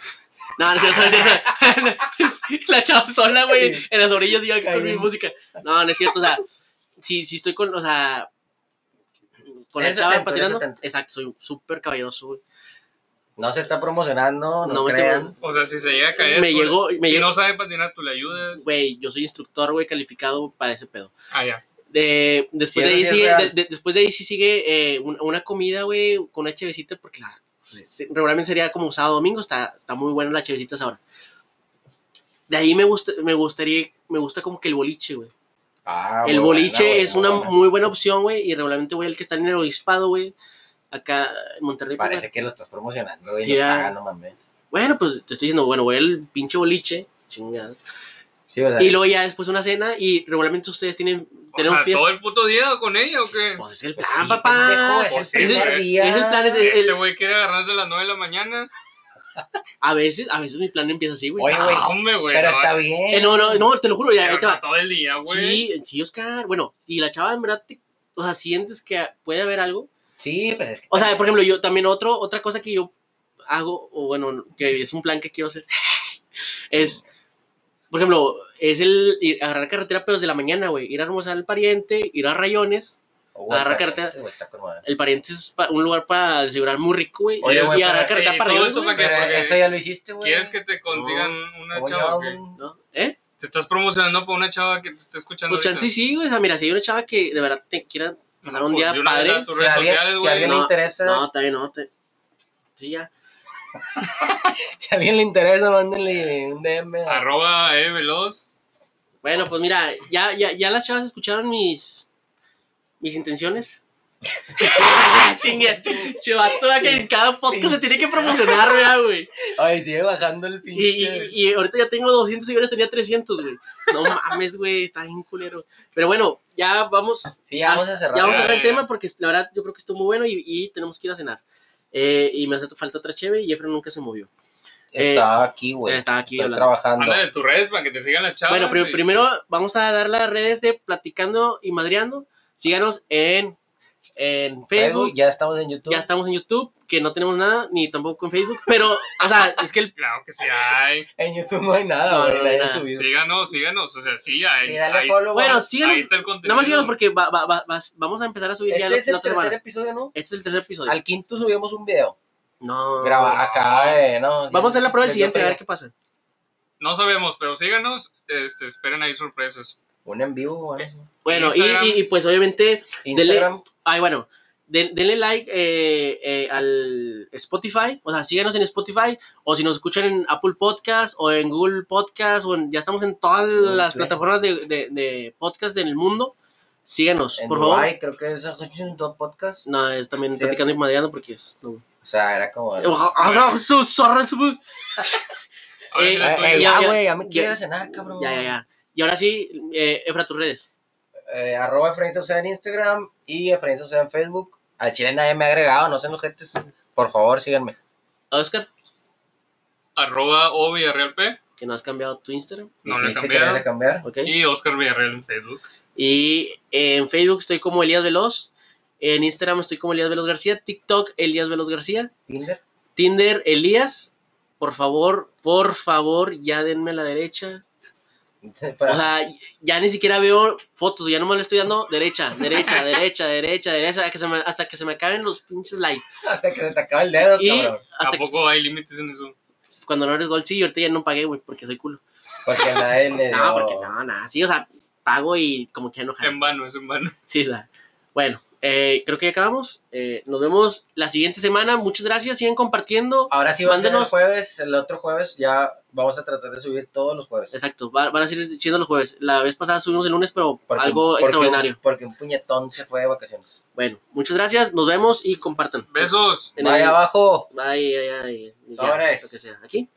Speaker 1: No, no es cierto, no es cierto. la chava sola, güey, en las orillas y yo acá con mi
Speaker 2: Cayendo.
Speaker 1: música. No, no es cierto, o sea, si, si estoy con, o sea, con la
Speaker 2: Eres
Speaker 1: chava
Speaker 2: atento, eres
Speaker 1: patinando,
Speaker 2: atento.
Speaker 1: exacto, soy súper caballeroso, güey.
Speaker 2: No se está promocionando, no,
Speaker 1: No me
Speaker 2: crean.
Speaker 1: estoy-
Speaker 3: O sea, si se llega a caer.
Speaker 1: Me
Speaker 3: tú le-
Speaker 1: llegó- me
Speaker 3: si
Speaker 1: llegó-
Speaker 3: no sabes patinar, tú le ayudas.
Speaker 1: Güey, yo soy instructor, güey, calificado para ese pedo.
Speaker 3: Ah, ya.
Speaker 1: De- después,
Speaker 2: Sí,
Speaker 1: de ahí
Speaker 2: eso sí es
Speaker 1: sigue,
Speaker 2: real.
Speaker 1: de- de- después de ahí sí sigue eh, un- una comida, güey, con una chevecita, porque la, se- regularmente sería como sábado domingo, está, está muy buena la chevecita ahora. De ahí me, gusta, me gustaría, me gusta como que el boliche, güey.
Speaker 2: Ah,
Speaker 1: el
Speaker 2: muy
Speaker 1: boliche
Speaker 2: buena, güey,
Speaker 1: es una
Speaker 2: buena.
Speaker 1: muy buena opción, güey, y regularmente, güey, el que está en el obispado, güey, acá en Monterrey. pues,
Speaker 2: Parece que lo estás promocionando, güey.
Speaker 1: Sí,
Speaker 2: nos
Speaker 1: ya.
Speaker 2: pagan, no mames.
Speaker 1: Bueno, pues te estoy diciendo, bueno, voy al pinche boliche, chingada.
Speaker 2: Sí, o sea,
Speaker 1: Y luego ya después una cena y regularmente ustedes tienen,
Speaker 3: O
Speaker 1: tenemos
Speaker 3: sea,
Speaker 1: fiesta.
Speaker 3: ¿todo el puto día con ella o qué?
Speaker 1: Pues es el
Speaker 2: pues
Speaker 1: plan,
Speaker 2: sí,
Speaker 1: papá.
Speaker 2: pendejo, es
Speaker 3: Pues sí,
Speaker 2: el primer
Speaker 3: güey.
Speaker 2: día.
Speaker 1: Es el plan, es el-
Speaker 3: Este güey quiere agarrarse a las 9 de la mañana.
Speaker 1: A veces, a veces mi plan empieza así, güey.
Speaker 2: Oye, güey,
Speaker 3: Ah, hombre, güey.
Speaker 2: Pero
Speaker 3: no,
Speaker 2: está bien.
Speaker 1: Eh, no, no, no, te lo juro, ya,
Speaker 3: pero
Speaker 1: ahí te
Speaker 3: no
Speaker 1: va.
Speaker 3: Todo el día, güey.
Speaker 1: Sí, sí, Oscar. Bueno, si la chava en verdad te- o sea, sientes que puede haber algo.
Speaker 2: Sí, pues es que.
Speaker 1: O sea, por ejemplo, yo también otro, otra cosa que yo hago, o bueno, que es un plan que quiero hacer, es, por ejemplo, es el ir- agarrar carretera, pero desde la mañana, güey. Ir a almorzar al pariente, ir a rayones.
Speaker 2: Oh, está
Speaker 1: agarrar
Speaker 2: bien,
Speaker 1: carta-
Speaker 2: güey, está con madre.
Speaker 1: El pariente es pa- un lugar para desayunar muy rico, güey.
Speaker 2: Oye,
Speaker 1: y
Speaker 2: güey,
Speaker 1: agarrar
Speaker 2: pero-
Speaker 1: carretera
Speaker 3: y
Speaker 1: para
Speaker 3: todo
Speaker 1: rayones,
Speaker 3: eso
Speaker 1: güey.
Speaker 3: para
Speaker 2: Pero
Speaker 3: porque-
Speaker 2: eso ya lo hiciste, güey.
Speaker 3: ¿Quieres que te consigan una
Speaker 2: Oye,
Speaker 3: chava o qué?
Speaker 2: güey.
Speaker 1: ¿No? ¿Eh?
Speaker 3: Te estás promocionando para una chava que te está escuchando.
Speaker 1: Pues chance
Speaker 3: ahorita?
Speaker 1: sí, güey. O sea, mira, si hay una chava que de verdad te quiera pasar un
Speaker 3: Pues,
Speaker 1: día
Speaker 3: de una vez
Speaker 1: padre.
Speaker 3: a tus
Speaker 2: Si
Speaker 3: redes
Speaker 2: a alguien-
Speaker 3: sociales,
Speaker 2: si
Speaker 3: güey.
Speaker 2: a alguien le
Speaker 1: No,
Speaker 2: interesa,
Speaker 1: No, está bien, no. Te... Sí, ya.
Speaker 2: si a alguien le interesa, mándenle un DM. a-
Speaker 3: Arroba eh, veloz.
Speaker 1: Bueno, pues mira, ya, ya, ya las chavas escucharon mis, mis intenciones. Chingue, chivato, que en cada podcast se tiene que promocionar, ¿verdad, güey.
Speaker 2: Ay, sigue bajando el pinche.
Speaker 1: Y, y- y ahorita ya tengo 200 seguidores, tenía 300, güey. No mames, güey, está bien culero. Pero bueno, ya vamos,
Speaker 2: sí, ya vamos a cerrar.
Speaker 1: Ah, ya vamos a cerrar el
Speaker 3: Ya, ya.
Speaker 1: tema porque la verdad yo creo que estuvo muy bueno y, y tenemos que ir a cenar. Eh, y me hace falta otra cheve y Efra nunca se movió.
Speaker 2: Estaba
Speaker 1: Eh,
Speaker 2: aquí, güey.
Speaker 1: estaba aquí
Speaker 2: Pues, Estoy
Speaker 1: hablando.
Speaker 2: trabajando.
Speaker 3: Habla de tus redes para que te sigan las chavas.
Speaker 1: bueno, pri-
Speaker 3: y-
Speaker 1: primero vamos a dar las redes de Platicando y Madreando. Síganos en, en Facebook.
Speaker 2: Facebook, ya estamos en YouTube.
Speaker 1: Ya estamos en YouTube, que no tenemos nada, ni tampoco en Facebook. Pero, o sea, es que el
Speaker 3: Claro que sí hay.
Speaker 2: En YouTube no hay nada,
Speaker 1: No,
Speaker 2: güey.
Speaker 1: no
Speaker 2: la
Speaker 1: hay
Speaker 2: hayan
Speaker 1: nada.
Speaker 2: subido.
Speaker 3: Síganos, síganos. O sea, sí hay.
Speaker 2: Sí, dale
Speaker 3: ahí,
Speaker 2: follow.
Speaker 1: Bueno,
Speaker 2: güey.
Speaker 1: síganos.
Speaker 3: ahí está el contenido.
Speaker 1: Nada más síganos porque va- va- va- vas- vamos a empezar a subir ya
Speaker 2: Este
Speaker 1: la,
Speaker 2: es el
Speaker 1: la otra
Speaker 2: tercer
Speaker 1: semana.
Speaker 2: episodio, ¿no?
Speaker 1: Este es el tercer episodio.
Speaker 2: Al quinto subimos un video.
Speaker 1: No.
Speaker 2: Graba acá, eh, no.
Speaker 1: Vamos a hacer la prueba del
Speaker 2: Les dio
Speaker 1: siguiente, a
Speaker 2: frío.
Speaker 1: ver qué pasa.
Speaker 3: No sabemos, pero síganos. Este, esperen ahí sorpresas.
Speaker 2: Un en vivo,
Speaker 1: Eh,
Speaker 2: güey.
Speaker 1: Bueno, y,
Speaker 3: Instagram.
Speaker 1: y- y pues obviamente,
Speaker 2: Instagram.
Speaker 1: ay, bueno, den- denle like eh, eh, al Spotify, o sea, síganos en Spotify, o si nos escuchan en Apple Podcast, o en Google Podcast, o en- ya estamos en todas
Speaker 2: Google
Speaker 1: las
Speaker 2: Play.
Speaker 1: plataformas de, de, de podcast en el mundo. Síganos,
Speaker 2: En
Speaker 1: por favor.
Speaker 2: Dubai, creo que es dos podcast.
Speaker 1: No, es también
Speaker 2: Sí.
Speaker 1: platicando y madreando porque es. No.
Speaker 2: O sea, era como.
Speaker 1: su zorra, su-
Speaker 3: A ver
Speaker 1: Eh,
Speaker 3: si las
Speaker 1: eh,
Speaker 3: tuyas.
Speaker 1: eh,
Speaker 2: ya,
Speaker 1: ya,
Speaker 2: güey, ya me
Speaker 1: ya.
Speaker 2: quiero cenar, cabrón.
Speaker 1: Ya, ya, ya. Y ahora sí, eh, Efra, tus redes.
Speaker 2: Eh, arroba Efraín Sauceda en Instagram y Efraín Sauceda en Facebook. Al chile nadie me ha agregado, no sean ojetes. Por favor, síganme.
Speaker 1: Oscar,
Speaker 3: Arroba o Villarreal P.
Speaker 1: que no has cambiado tu Instagram,
Speaker 3: No le he
Speaker 2: Dijiste que le
Speaker 3: cambiado.
Speaker 2: vas a cambiar.
Speaker 1: ¿ok?
Speaker 3: Y Oscar Villarreal en Facebook.
Speaker 1: Y en Facebook estoy como Elías Veloz. En Instagram estoy como Elías Veloz García. TikTok, Elías Veloz García.
Speaker 2: Tinder.
Speaker 1: Tinder, Elías. Por favor, por favor, ya denme a la derecha. O sea, ya ni siquiera veo fotos, ya nomás le estoy dando derecha, derecha, derecha, derecha, derecha, hasta que se me, hasta que se me acaben los pinches likes.
Speaker 2: Hasta que se te acaba el dedo,
Speaker 1: Y-
Speaker 2: cabrón.
Speaker 1: Hasta que-
Speaker 3: Tampoco hay límites en eso.
Speaker 1: cuando no eres gol, sí, y ahorita ya no pagué, güey, porque soy culo.
Speaker 2: Porque nadie le dio.
Speaker 1: No, porque no, nada, sí, o sea, pago y como que enojado.
Speaker 3: En vano, es en vano.
Speaker 1: Sí, la- Bueno, eh, creo que ya acabamos. Eh, nos vemos la siguiente semana. Muchas gracias. Sigan compartiendo.
Speaker 2: Ahora sí, va a ser el
Speaker 1: Mándenos-
Speaker 2: jueves, el otro jueves, ya vamos a tratar de subir todos los jueves.
Speaker 1: Exacto, va- van a seguir siendo los jueves. La vez pasada subimos el lunes, pero
Speaker 2: Porque-
Speaker 1: algo
Speaker 2: porque-
Speaker 1: extraordinario.
Speaker 2: Porque un puñetón se fue de vacaciones.
Speaker 1: Bueno, muchas gracias. Nos vemos y compartan.
Speaker 3: Besos.
Speaker 1: En
Speaker 2: Vaya
Speaker 1: el-
Speaker 2: abajo.
Speaker 1: Bye, ay, ay, ya,
Speaker 2: Sobres.
Speaker 1: lo que sea. Aquí.